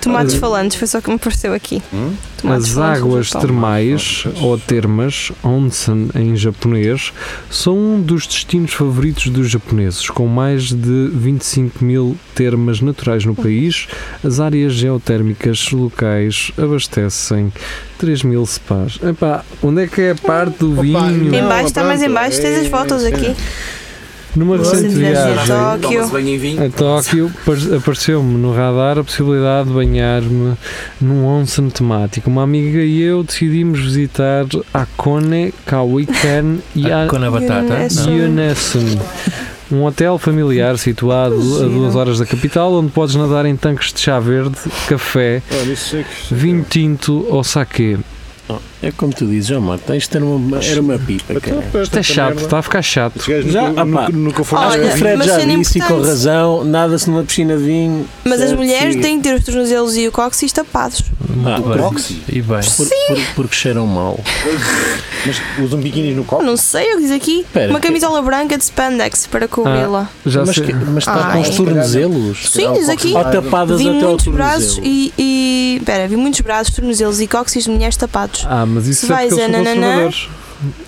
Speaker 5: Tomates falantes, foi só que me apareceu aqui.
Speaker 4: Hum?
Speaker 5: Tomates
Speaker 3: As
Speaker 5: falantes no
Speaker 3: águas
Speaker 5: Japão.
Speaker 3: termais ou termas, onsen em japonês, são um dos destinos favoritos dos japoneses, com mais de 25 mil termas naturais no país. As áreas geotérmicas locais abastecem 3 mil spas. Epá, onde é que é a parte do
Speaker 4: Opa,
Speaker 3: vinho?
Speaker 4: não.
Speaker 5: Em baixo, está mais em
Speaker 4: pronto,
Speaker 5: baixo, tens as
Speaker 4: é,
Speaker 5: fotos
Speaker 4: é.
Speaker 5: aqui.
Speaker 3: Numa recente
Speaker 5: Sim,
Speaker 3: viagem
Speaker 5: Tóquio.
Speaker 2: Toma-se banho em vinho.
Speaker 3: a Tóquio, par- apareceu-me no radar a possibilidade de banhar-me num onsen temático. Uma amiga e eu decidimos visitar Akone, Kawikan e a
Speaker 7: Com a batata.
Speaker 5: Yes.
Speaker 7: Não.
Speaker 3: Yunesen. Um hotel familiar situado a duas horas da capital, onde podes nadar em tanques de chá verde, café,
Speaker 4: Olha, isso é que.
Speaker 3: vinho tinto ou saquê.
Speaker 6: É como tu dizes, ó Marco, tens de ter uma, era uma
Speaker 4: Então,
Speaker 6: pipa, cara.
Speaker 3: Isto é chato, está a ficar chato.
Speaker 4: Estes gajos
Speaker 6: Já,
Speaker 4: nunca,
Speaker 6: opá.
Speaker 4: nunca, nunca foram.
Speaker 6: Acho que o
Speaker 5: Olha,
Speaker 6: Fred
Speaker 5: mas
Speaker 6: já
Speaker 5: sendo
Speaker 6: disse e com
Speaker 5: importante-
Speaker 6: razão, nada-se numa piscina de vinho.
Speaker 5: Mas as
Speaker 6: certo,
Speaker 5: mulheres
Speaker 6: siga.
Speaker 5: têm que ter os tornozelos e o cóccix tapados.
Speaker 7: Ah, bem.
Speaker 4: proxy.
Speaker 7: E bem.
Speaker 6: Por- por- porque cheiram mal.
Speaker 4: Mas usam biquinis no copo?
Speaker 5: Não sei o que diz aqui.
Speaker 6: Espera,
Speaker 5: Uma
Speaker 6: que-
Speaker 5: camisola branca de spandex para cobri-la.
Speaker 3: Já
Speaker 6: mas,
Speaker 3: sei.
Speaker 6: que- mas está
Speaker 5: Ah,
Speaker 6: com
Speaker 5: é.
Speaker 6: os tornozelos.
Speaker 5: Sim, diz aqui.
Speaker 6: Ou tapadas
Speaker 5: Vi
Speaker 6: Ah, até ao
Speaker 5: muitos
Speaker 6: tornozelo.
Speaker 5: braços e, e. Pera, vi muitos braços, tornozelos e cóccix de mulheres tapados.
Speaker 3: Ah, mas
Speaker 5: Se
Speaker 3: isso é
Speaker 5: vais
Speaker 3: porque eles
Speaker 5: a
Speaker 3: são
Speaker 5: nananã,
Speaker 3: conservadores.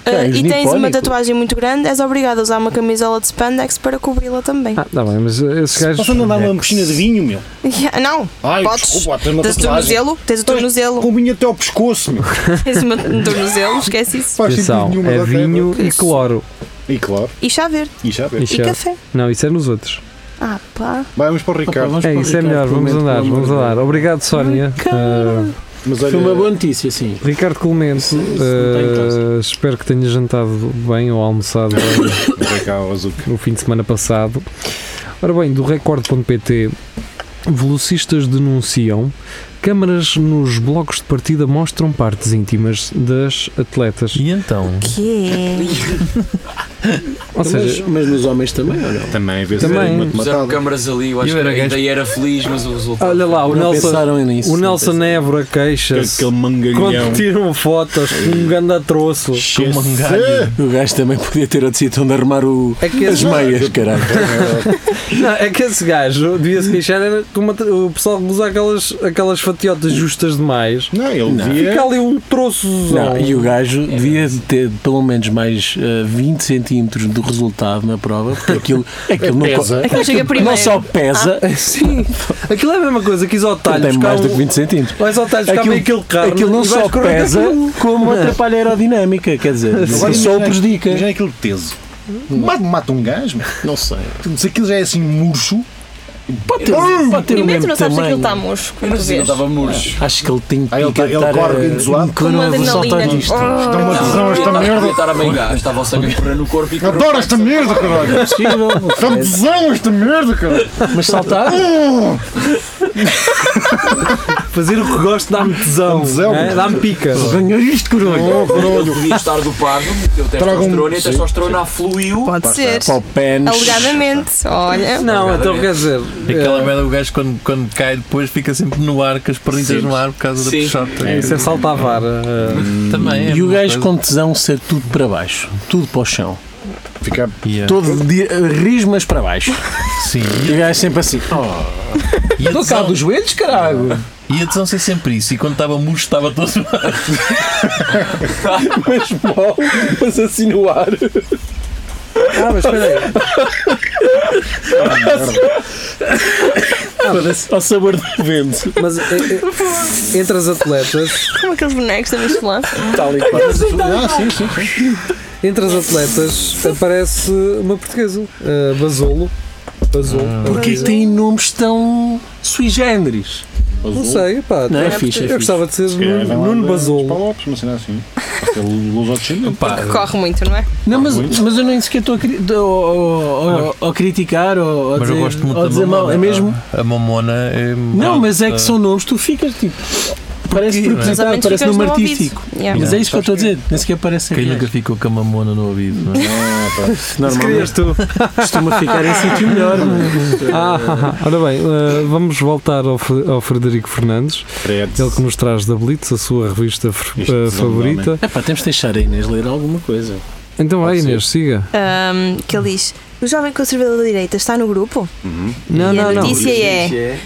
Speaker 5: Ah,
Speaker 6: és
Speaker 5: e tens uma
Speaker 6: nipónico.
Speaker 5: tatuagem muito grande, és obrigado a usar uma camisola de spandex para cobri-la também.
Speaker 3: Ah, tá bem, mas esses gajos. É,
Speaker 4: Posso andar numa piscina de vinho, meu?
Speaker 5: Yeah, não,
Speaker 4: Ai,
Speaker 5: Podes.
Speaker 4: desculpa, tens uma
Speaker 5: tens o
Speaker 4: tatuagem.
Speaker 5: tornozelo, tens o tornozelo,
Speaker 4: Com vinho até ao pescoço, meu.
Speaker 5: tens uma- um tornozelo, esquece isso.
Speaker 4: Faz
Speaker 3: Atenção,
Speaker 4: sentido nenhum,
Speaker 3: é
Speaker 4: mas
Speaker 3: vinho
Speaker 5: ok.
Speaker 3: e cloro.
Speaker 4: ok. E claro,
Speaker 5: E chá verde,
Speaker 4: e já vê.
Speaker 3: E
Speaker 5: e
Speaker 3: chá.
Speaker 5: café.
Speaker 3: Não, isso é nos outros.
Speaker 5: Ah pá,
Speaker 4: Vamos para o Ricardo.
Speaker 6: Vamos
Speaker 3: É
Speaker 6: para o
Speaker 3: isso, é
Speaker 6: Ricardo,
Speaker 3: melhor.
Speaker 6: pelo
Speaker 3: Vamos
Speaker 6: menos,
Speaker 3: andar,
Speaker 6: pelo amor
Speaker 3: vamos
Speaker 6: de Deus.
Speaker 3: andar. Obrigado, Sónia.
Speaker 6: Ricardo.
Speaker 3: Ah,
Speaker 4: Mas olha,
Speaker 6: Foi uma boa notícia, sim.
Speaker 3: Ricardo Clemente,
Speaker 6: Isso- isso não tem
Speaker 3: ah,
Speaker 6: classe.
Speaker 3: espero que tenha jantado bem ou almoçado bem
Speaker 4: Vem cá, o Azuca.
Speaker 3: no fim de semana passado. Ora bem, do recorde.pt, velocistas denunciam. Câmaras nos blocos de partida mostram partes íntimas das atletas.
Speaker 7: E então?
Speaker 5: que
Speaker 3: Ou
Speaker 6: Mas,
Speaker 3: seja,
Speaker 6: mas nos homens também, ou não?
Speaker 4: Também, às vezes,
Speaker 3: Também.
Speaker 4: é uma
Speaker 2: Puseram
Speaker 4: tomatada.
Speaker 2: câmaras ali, eu acho
Speaker 7: Eu
Speaker 2: que
Speaker 7: era
Speaker 2: ainda
Speaker 7: gajo.
Speaker 2: era feliz, mas o resultado.
Speaker 3: olha lá, o
Speaker 6: Ah, Não
Speaker 3: Nelson,
Speaker 6: pensaram nisso.
Speaker 3: o
Speaker 6: não
Speaker 3: Nelson Évora queixa-se.
Speaker 4: Aquele mangarinhão.
Speaker 3: Quando tiram fotos com um ganda troço.
Speaker 4: Esquece.
Speaker 7: Com mangalho.
Speaker 6: pensaram. O gajo também podia ter outro sítio onde arrumar o,
Speaker 3: É que
Speaker 6: as
Speaker 3: esse,
Speaker 6: meias, caralho.
Speaker 3: não, é que esse gajo devia se queixar era como o pessoal que usa aquelas, aquelas fatiotas justas demais.
Speaker 4: Não, ele
Speaker 6: Não.
Speaker 3: Fica
Speaker 4: via.
Speaker 3: ali um
Speaker 6: é?
Speaker 3: troço.
Speaker 6: Não, e o
Speaker 2: É.
Speaker 6: gajo devia ter pelo menos mais eh, 20 centímetros do resultado na prova, porque aquilo, aquilo não, co-
Speaker 4: Pesa.
Speaker 5: Aquilo chega É primeiro.
Speaker 6: não só pesa,
Speaker 3: Sim, aquilo é a mesma coisa que isotalhos.
Speaker 6: tem mais do É que 20 centímetros.
Speaker 3: Vais ao talho buscar
Speaker 6: Aquilo-
Speaker 3: meio aquilo carne
Speaker 6: aquilo não
Speaker 3: é? e vais
Speaker 6: só
Speaker 3: correr com
Speaker 6: pesa, né?
Speaker 3: aquilo.
Speaker 6: como
Speaker 3: Não.
Speaker 6: atrapalha a aerodinâmica, quer dizer,
Speaker 4: Agora
Speaker 6: só o
Speaker 4: imagina-
Speaker 6: prejudica.
Speaker 4: Imagina aquilo teso. Mata, mata um gajo, meu.
Speaker 6: Não sei.
Speaker 4: Se aquilo já é assim murcho,
Speaker 6: Pode ter, pode ter o
Speaker 5: Primeiro tu
Speaker 6: mesmo
Speaker 5: não sabes se aquilo
Speaker 6: um tamanho.
Speaker 5: está murcho,
Speaker 2: Eu
Speaker 5: quando
Speaker 2: não
Speaker 5: tu
Speaker 2: sei, ele
Speaker 5: vês.
Speaker 2: estava murcho.
Speaker 6: Acho que ele tem que
Speaker 4: Ah, ele- ele
Speaker 6: engatar
Speaker 4: corre bem
Speaker 6: a-
Speaker 4: zoado.
Speaker 6: que eu
Speaker 5: Uma
Speaker 6: não vou
Speaker 5: adrenalina.
Speaker 6: saltar disto.
Speaker 5: Oh.
Speaker 4: dá é uma tesão a esta
Speaker 2: Eu
Speaker 4: merda.
Speaker 2: estava a meio gás, estava o sangue a correr no corpo e
Speaker 4: Adoro esta merda,
Speaker 2: É
Speaker 4: caralho.
Speaker 6: Possível,
Speaker 4: Dá-me tesão esta merda, caralho.
Speaker 6: mas saltar
Speaker 3: Fazer o que gosto dá-me tesão.
Speaker 4: Dá-me tesão.
Speaker 3: é? Dá-me pica.
Speaker 6: ganhou isto, coroa.
Speaker 4: Oh,
Speaker 2: Ele
Speaker 4: caralho. um-
Speaker 2: devia estar do par, meteu testosterona e a
Speaker 4: sim,
Speaker 2: testosterona afluiu.
Speaker 5: Pode ser.
Speaker 6: Para o pênis.
Speaker 5: Alegadamente, olha.
Speaker 3: Não, então quer dizer.
Speaker 7: Aquela
Speaker 3: eh,
Speaker 7: merda, o gajo quando, quando cai depois fica sempre no ar, com as perninhas no ar por causa da
Speaker 2: Sim.
Speaker 7: puxota.
Speaker 3: Isso é saltar a vara. eh.
Speaker 6: Hum.
Speaker 7: Também é
Speaker 6: E o
Speaker 7: uma
Speaker 6: gajo
Speaker 7: coisa.
Speaker 6: com tesão ser tudo para baixo, tudo para o chão,
Speaker 4: Fica
Speaker 7: Yeah.
Speaker 6: todo de rismas para baixo.
Speaker 7: Sim.
Speaker 6: E o gajo sempre assim, oh,
Speaker 7: E a
Speaker 6: cá
Speaker 7: tesão,
Speaker 6: dos joelhos, caralho.
Speaker 7: e a tesão ser sempre isso. E quando estava murcho, estava todo.
Speaker 6: Mas mal, mas assim no ar.
Speaker 3: Ah, mas espera aí.
Speaker 6: Ao sabor do vento.
Speaker 3: Mas eh, eh, entre as atletas,
Speaker 5: Como aqueles bonecos da Michelin.
Speaker 6: Tal e qual.
Speaker 4: Ah, sim, sim, sim.
Speaker 3: entre as atletas aparece uma portuguesa, eh, Basolo. Basolo.
Speaker 6: Porquê que tem nomes tão sui generis?
Speaker 3: Não sei, pá. tá.
Speaker 6: Não, é
Speaker 3: eu
Speaker 6: fixe, é fixe.
Speaker 3: gostava de ser Nuno, Nuno Basolo.
Speaker 4: Palopes, mas será assim. Aquele lusodescendente.
Speaker 7: Pá,
Speaker 5: Corre muito, não é?
Speaker 6: Não, mas,
Speaker 4: muito.
Speaker 6: mas eu nem sequer estou a, cri- a- a- a- a- a criticar ou a
Speaker 7: mas
Speaker 6: dizer,
Speaker 7: eu gosto muito
Speaker 6: ou
Speaker 7: da
Speaker 6: dizer mal.
Speaker 7: mamona.
Speaker 6: É mesmo.
Speaker 7: A mamona é.
Speaker 6: Não, mas é que são nomes que tu ficas tipo. Parece
Speaker 7: Porquê?
Speaker 5: Mas ao
Speaker 6: propositado,
Speaker 5: menos
Speaker 6: então parece
Speaker 5: ficas
Speaker 6: nome
Speaker 5: no ouvido.
Speaker 6: artístico.
Speaker 5: Yeah.
Speaker 6: Mas é isso que eu estou a dizer, nem sequer parece
Speaker 7: Quem nunca
Speaker 6: reais.
Speaker 7: ficou com a mamona no ouvido? não é?
Speaker 4: Ah, pá.
Speaker 3: Se querias
Speaker 6: Normalmente
Speaker 3: tu.
Speaker 6: costuma ficar em sítio melhor.
Speaker 3: Ah, ah, ah. ora bem, eh, vamos voltar ao, Fe- ao Frederico Fernandes,
Speaker 4: Fred.
Speaker 3: ele que nos traz da Blitz, a sua revista f-
Speaker 4: Isto
Speaker 3: eh,
Speaker 4: é
Speaker 3: favorita.
Speaker 6: É pá, temos de deixar a Inês ler alguma coisa.
Speaker 3: Então vai,
Speaker 4: Pode ser.
Speaker 3: Inês, siga.
Speaker 5: Ahm, Um, que ele diz: O jovem conservador da direita está no grupo?
Speaker 4: Uhum.
Speaker 3: Não,
Speaker 5: e a
Speaker 3: não, não.
Speaker 5: notícia é.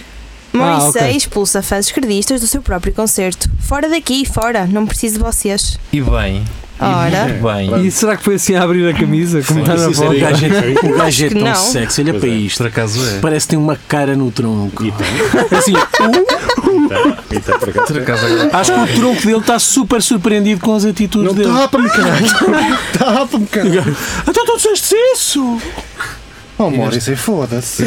Speaker 3: Ah,
Speaker 5: Morrissey
Speaker 3: ok.
Speaker 5: expulsa fãs esquerdistas do seu próprio concerto. Fora daqui, fora, não preciso de vocês.
Speaker 7: E bem.
Speaker 3: Uhum.
Speaker 5: Ora,
Speaker 3: É.
Speaker 7: E muito bem.
Speaker 3: E será que foi assim a abrir a camisa? Como está na
Speaker 6: Isso é, o
Speaker 3: volta?
Speaker 6: gajo é- o gajo é
Speaker 5: que
Speaker 6: tão
Speaker 5: não.
Speaker 6: sexy, olha para
Speaker 4: é.
Speaker 6: isto.
Speaker 7: Por acaso é.
Speaker 6: Parece que tem uma cara no tronco.
Speaker 4: E tem,
Speaker 6: Assim,
Speaker 4: e tem, por acaso.
Speaker 7: Por acaso agora.
Speaker 6: acho que o tronco dele está super surpreendido com as atitudes
Speaker 4: Não tá,
Speaker 6: dele.
Speaker 4: tapa-me, caralho. Tapa-me, caralho.
Speaker 6: Então tu disseste isso!
Speaker 4: Oh, Morrissey, foda-se.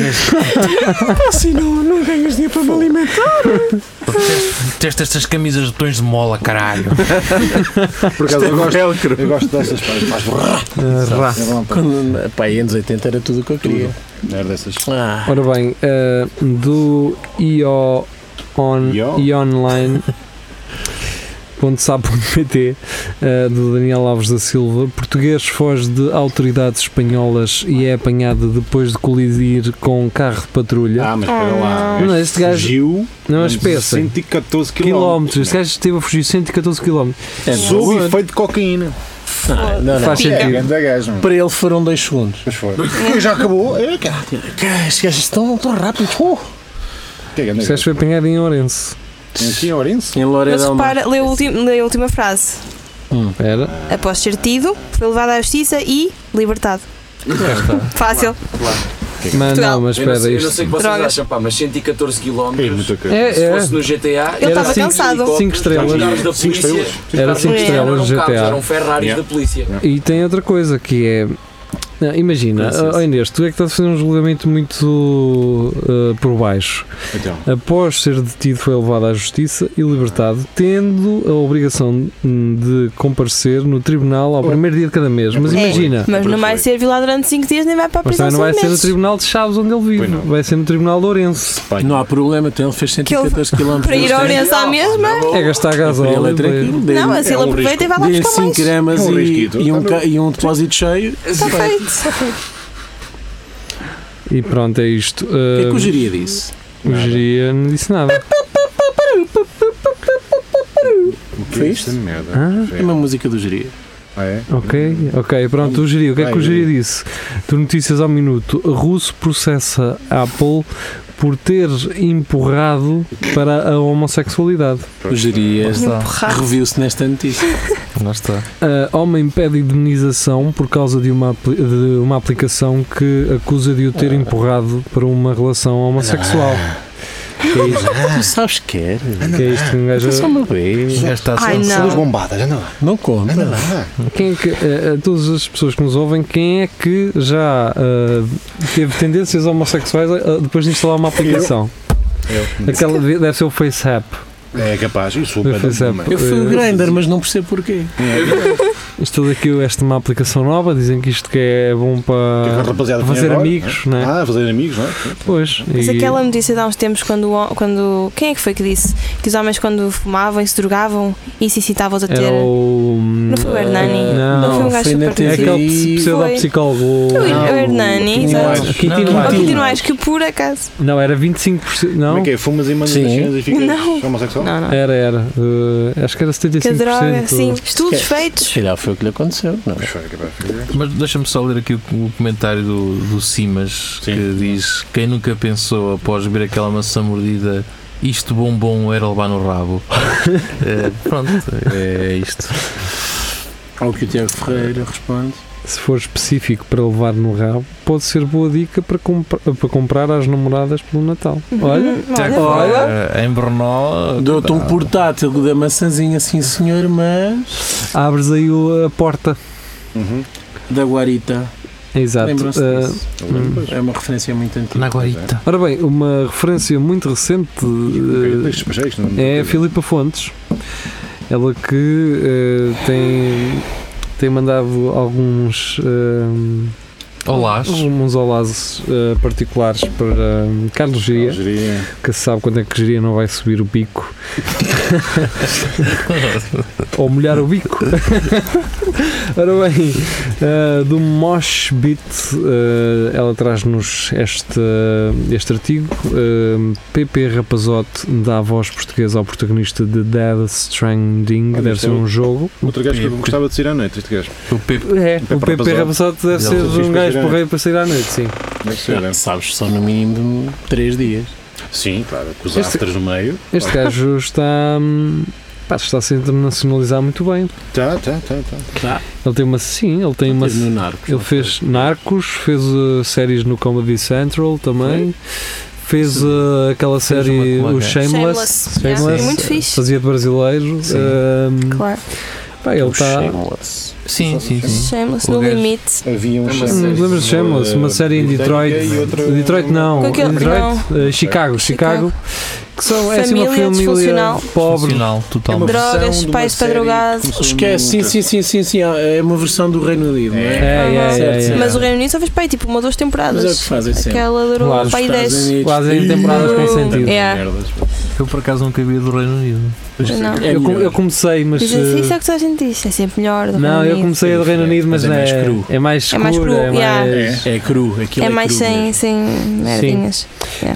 Speaker 6: Assim não, não ganhas dinheiro para me alimentar.
Speaker 8: Porque tens- tens estas camisas de tons de mola, caralho.
Speaker 2: é
Speaker 4: Por acaso eu gosto, eu gosto dessas pá, faz brrr,
Speaker 3: Ah, rá.
Speaker 4: é bom, pá.
Speaker 6: Quando, pá, em anos 80 era tudo o que eu queria.
Speaker 4: Era dessas.
Speaker 6: Ah,
Speaker 3: Ora bem, ah, do IO on,
Speaker 4: Io.
Speaker 3: ionline.sa.pt, ah, do Daniel Alves da Silva, português foge de autoridades espanholas e é apanhado depois de colidir com um carro de patrulha.
Speaker 4: Ah, mas espera lá.
Speaker 3: Não, este gajo-
Speaker 4: Fugiu
Speaker 3: Não é
Speaker 4: de
Speaker 3: espécie.
Speaker 4: 114 km.
Speaker 3: Quilómetros, este gajo esteve a fugir 114 km.
Speaker 6: é
Speaker 4: Sou
Speaker 6: bom.
Speaker 4: efeito de cocaína.
Speaker 6: Ah, não, não.
Speaker 3: Faz
Speaker 5: Pica.
Speaker 4: É
Speaker 3: sentido.
Speaker 4: grande gajo, mano.
Speaker 6: Para ele foram 2 segundos.
Speaker 4: Pois foi. E já acabou? É, cara.
Speaker 6: Cara, Estes gajos estão tão rápidos. Uh!
Speaker 4: Que é grande
Speaker 3: Este gajo
Speaker 4: gajo.
Speaker 3: foi apanhado em Orense.
Speaker 4: Aqui em Ourense?
Speaker 6: Em Loreira
Speaker 5: Mas
Speaker 6: de Almar.
Speaker 5: repara, lê a, ulti- lê a última frase.
Speaker 3: Era.
Speaker 5: Após ser tido, foi levado à justiça e libertado. Fácil.
Speaker 3: Mas
Speaker 5: Portugal.
Speaker 3: não, mas
Speaker 2: Eu não,
Speaker 3: espera,
Speaker 2: sei, eu não
Speaker 3: isto.
Speaker 2: sei o que vocês
Speaker 5: Drogas.
Speaker 2: acham, pá, mas 114 km.
Speaker 4: É muita coisa.
Speaker 3: É,
Speaker 2: Se
Speaker 3: é.
Speaker 2: fosse no GTA,
Speaker 5: Ele
Speaker 3: Era
Speaker 5: estava
Speaker 3: cinco-
Speaker 5: cansado.
Speaker 3: cinco estrelas.
Speaker 2: os carros da
Speaker 4: Cinco
Speaker 2: polícia.
Speaker 4: estrelas.
Speaker 2: os carros
Speaker 3: cinco
Speaker 2: da
Speaker 6: é,
Speaker 2: polícia
Speaker 6: um
Speaker 3: estrelas
Speaker 2: eram
Speaker 3: GTA.
Speaker 2: carros, Eram Ferraris
Speaker 4: Yeah.
Speaker 2: da polícia.
Speaker 3: E tem outra coisa que é. não, imagina, oh, Inês, tu é que estás a fazer um julgamento muito uh, por baixo.
Speaker 4: Então.
Speaker 3: Após ser detido, foi levado à justiça e libertado, tendo a obrigação hum, de comparecer no tribunal ao primeiro dia de cada mês. Mas
Speaker 5: É,
Speaker 3: imagina,
Speaker 5: Mas não vai
Speaker 4: Perfeito.
Speaker 5: ser lá durante 5 dias nem vai para a
Speaker 3: mas
Speaker 5: prisão
Speaker 3: também não vai
Speaker 5: seis
Speaker 3: ser no
Speaker 5: meses.
Speaker 3: tribunal de Chaves onde ele
Speaker 4: Pois
Speaker 3: vive,
Speaker 4: não.
Speaker 3: vai ser no tribunal de Ourense.
Speaker 6: Não há problema, então ele fez 114 km.
Speaker 5: Para ir ao Orense à mesma?
Speaker 3: É gastar gasóleo.
Speaker 6: Ele é tranquilo. dê-lhe-
Speaker 5: Não, assim
Speaker 4: É um
Speaker 5: ele aproveita e vai lá
Speaker 6: dê-lhe
Speaker 5: buscar
Speaker 6: 5
Speaker 5: mais.
Speaker 6: gramas
Speaker 4: É um
Speaker 6: e,
Speaker 4: risquito.
Speaker 6: e um,
Speaker 4: Tá
Speaker 6: ca- e um depósito cheio. Tá
Speaker 5: Está feito.
Speaker 3: E pronto, é isto.
Speaker 6: O que é que
Speaker 3: Uh,
Speaker 6: o geria disse?
Speaker 3: o geria não disse nada.
Speaker 4: O
Speaker 6: Foi isto?
Speaker 4: esta merda?
Speaker 3: Ah.
Speaker 6: É uma música do geria.
Speaker 4: Ah, é?
Speaker 3: Ok, ok, pronto, o Geria, o que é que o
Speaker 4: Vai,
Speaker 3: Geria disse? Do Notícias ao Minuto, russo processa Apple por ter empurrado para a homossexualidade.
Speaker 6: O geria
Speaker 4: é.
Speaker 7: Está.
Speaker 5: Porra.
Speaker 6: reviu-se nesta notícia.
Speaker 7: Lá está.
Speaker 3: A homem pede indemnização por causa de uma, apli- de uma aplicação que acusa de o ter
Speaker 4: Ah.
Speaker 3: empurrado para uma relação homossexual. Que é isto
Speaker 6: Ah, Tu sabes que era?
Speaker 3: que, é isto que um gajo...
Speaker 6: É só uma vez.
Speaker 7: Esta
Speaker 5: Ai
Speaker 7: ação.
Speaker 4: São as
Speaker 5: não.
Speaker 4: bombadas, anda lá.
Speaker 6: Não conta.
Speaker 4: Anda lá. anda lá.
Speaker 3: Quem é que, a, a todas as pessoas que nos ouvem, quem é que já ah, teve tendências homossexuais ah, depois de instalar uma aplicação? Aquela de- deve ser o FaceApp.
Speaker 4: É capaz, isso
Speaker 3: O FaceApp.
Speaker 6: Eu fui o
Speaker 3: Eh,
Speaker 6: grinder, mas não percebo porquê.
Speaker 3: Estou aqui, esta é uma aplicação nova, dizem que isto que é bom para
Speaker 4: Rapaziada,
Speaker 3: para
Speaker 4: tem
Speaker 3: fazer
Speaker 4: agora,
Speaker 3: amigos, não é?
Speaker 4: Ah, fazer amigos, não é?
Speaker 3: Pois.
Speaker 5: Mas
Speaker 3: e-
Speaker 5: aquela notícia de há uns tempos quando, o- quando. Quem é que foi que disse? Que os homens quando fumavam e se drogavam e se incitavam a ter.
Speaker 3: Era o. Não
Speaker 5: foi o Hernani?
Speaker 3: Não,
Speaker 5: Não foi um gajo
Speaker 6: na
Speaker 5: super
Speaker 3: É
Speaker 6: TV.
Speaker 3: aquele ps- pseudo-psicólogo.
Speaker 5: Foi
Speaker 4: Não,
Speaker 5: o Hernani,
Speaker 6: Quintino
Speaker 5: exato.
Speaker 6: Aires.
Speaker 3: Quintino
Speaker 7: Não, não,
Speaker 5: Ou
Speaker 7: não.
Speaker 5: Quintino Aires, que por acaso.
Speaker 3: Não, era 25%. Não,
Speaker 4: Como é que é? Fumas e mandas
Speaker 6: Sim.
Speaker 4: as cenas e ficas
Speaker 5: Não.
Speaker 4: homossexual?
Speaker 5: Não, não.
Speaker 3: era, era. eh, acho que era 75%.
Speaker 5: Que droga, sim. Estudos
Speaker 6: Esquece.
Speaker 5: feitos.
Speaker 6: Se calhar foi o que lhe aconteceu. Não. é?
Speaker 4: Pois foi, capaz.
Speaker 7: Mas deixa-me só ler aqui o, o comentário do, do Simas
Speaker 4: Sim.
Speaker 7: que diz: Quem nunca pensou após ver aquela maçã mordida, isto bombom era levar no rabo? Eh, pronto, é isto.
Speaker 6: Ao que o Tiago Ferreira responde.
Speaker 3: Se for específico para levar no rabo, pode ser boa dica para, compra- para comprar às namoradas pelo Natal. Olha,
Speaker 5: Uhum,
Speaker 7: Tiago Ferreira, em Brno.
Speaker 6: Deu-te um
Speaker 7: ah,
Speaker 6: portátil da maçãzinha, sim senhor, mas.
Speaker 3: abres aí o- a porta.
Speaker 4: Uhum.
Speaker 6: Da guarita.
Speaker 3: Exato.
Speaker 6: Lembram-se
Speaker 3: Eh,
Speaker 6: disso? É uma referência muito antiga.
Speaker 7: Na guarita.
Speaker 3: Ora bem, uma referência muito recente
Speaker 4: Ok,
Speaker 3: eh,
Speaker 4: deixa- deixa isto, não-
Speaker 3: é a Filipa Fontes. Ela que eh, tem, tem mandado alguns, eh,
Speaker 7: Olás.
Speaker 3: alguns olás eh, particulares para eh, Carlos Gia,
Speaker 4: Algeria.
Speaker 3: que se sabe quando é que Gia não vai subir o bico. Ou molhar o bico. Ora bem, eh, do Mosh Beat, eh, ela traz-nos este, este artigo. eh, PP Rapazote dá voz portuguesa ao protagonista de Death Stranding,
Speaker 4: Olha,
Speaker 3: deve
Speaker 4: isto
Speaker 3: ser
Speaker 4: é o-
Speaker 3: um jogo.
Speaker 4: Outro gajo que eu gostava de sair à noite, este gajo.
Speaker 7: O Pepe.
Speaker 3: É,
Speaker 4: PP
Speaker 3: o PP
Speaker 4: Rapazote.
Speaker 3: Rapazote deve
Speaker 7: Ele
Speaker 3: ser
Speaker 4: é fixe
Speaker 3: um
Speaker 4: para
Speaker 3: gajo
Speaker 4: sair à
Speaker 3: porreiro para sair à noite, sim.
Speaker 4: Deve ser, é?
Speaker 6: Sabes, são no mínimo 3 dias.
Speaker 4: Sim, claro, com os
Speaker 3: Este-
Speaker 4: afters no meio.
Speaker 3: Este gajo está. hum, Pá, está a se internacionalizar muito bem.
Speaker 4: Tá, tá, tá, tá.
Speaker 6: Tá.
Speaker 3: Ele tem uma. Sim, ele tem uma.
Speaker 6: Teve no Narcos.
Speaker 3: Ele fez Narcos, fez uh, séries no Comedy Central também, fez uh, aquela série
Speaker 7: uma
Speaker 3: O
Speaker 7: colega.
Speaker 3: Shameless,
Speaker 5: Shameless, yeah. Muito
Speaker 3: uh,
Speaker 5: fixe.
Speaker 3: fazia de brasileiro,
Speaker 7: Sim.
Speaker 3: um,
Speaker 5: Claro.
Speaker 3: Pá, ele está.
Speaker 4: Shameless.
Speaker 8: Sim, sim, sim.
Speaker 5: Chama-se
Speaker 7: O
Speaker 5: No
Speaker 7: gajo-
Speaker 5: Limite.
Speaker 4: Havia um
Speaker 2: É uma
Speaker 4: Shameless,
Speaker 2: série.
Speaker 3: Lembras de Shameless? Uma série em Detroit.
Speaker 4: britânica e outra-
Speaker 3: Detroit não.
Speaker 5: Com aquele-
Speaker 3: Detroit, eh, Chicago, Chicago.
Speaker 5: Chicago.
Speaker 3: Que são, é assim uma
Speaker 5: Família
Speaker 3: família
Speaker 5: disfuncional.
Speaker 3: pobre.
Speaker 8: Funcional,
Speaker 4: É
Speaker 8: total.
Speaker 4: uma versão
Speaker 5: Drogas,
Speaker 4: de uma
Speaker 5: pais para
Speaker 4: série que
Speaker 5: drogados.
Speaker 4: começou no
Speaker 6: Esquece, sim,
Speaker 4: Lucas.
Speaker 6: sim, sim, sim, sim. há- É uma versão do Reino Unido, não
Speaker 3: É,
Speaker 6: é?
Speaker 3: é,
Speaker 5: Aham.
Speaker 3: é, é, é.
Speaker 5: Mas o Reino Unido só fez pai tipo uma ou duas temporadas.
Speaker 6: Mas é o que fazem sempre.
Speaker 5: Aquela durou
Speaker 3: Lá nos
Speaker 5: pai 10.
Speaker 6: é
Speaker 3: Fazem temporadas com sentido.
Speaker 5: Hum. Yeah.
Speaker 4: Merdas.
Speaker 8: Eu por acaso nunca vi do Reino Unido.
Speaker 5: Não.
Speaker 6: É
Speaker 3: Eu, com-
Speaker 6: melhor.
Speaker 3: eu comecei, mas.
Speaker 5: Dizem assim,
Speaker 3: eh,
Speaker 5: isso é o que toda a gente diz. É sempre melhor. do
Speaker 3: Não,
Speaker 5: Reino
Speaker 3: eu
Speaker 5: Unido.
Speaker 3: comecei a do Reino Unido,
Speaker 6: Mas
Speaker 3: mas
Speaker 6: é
Speaker 3: não é,
Speaker 6: mais cru.
Speaker 3: é mais
Speaker 5: É mais
Speaker 3: escuro.
Speaker 5: cru, yeah.
Speaker 3: mais-
Speaker 6: É cru, aquilo
Speaker 5: É
Speaker 6: é
Speaker 5: mais
Speaker 6: cru
Speaker 5: sem,
Speaker 6: mesmo.
Speaker 5: sem merdinhas.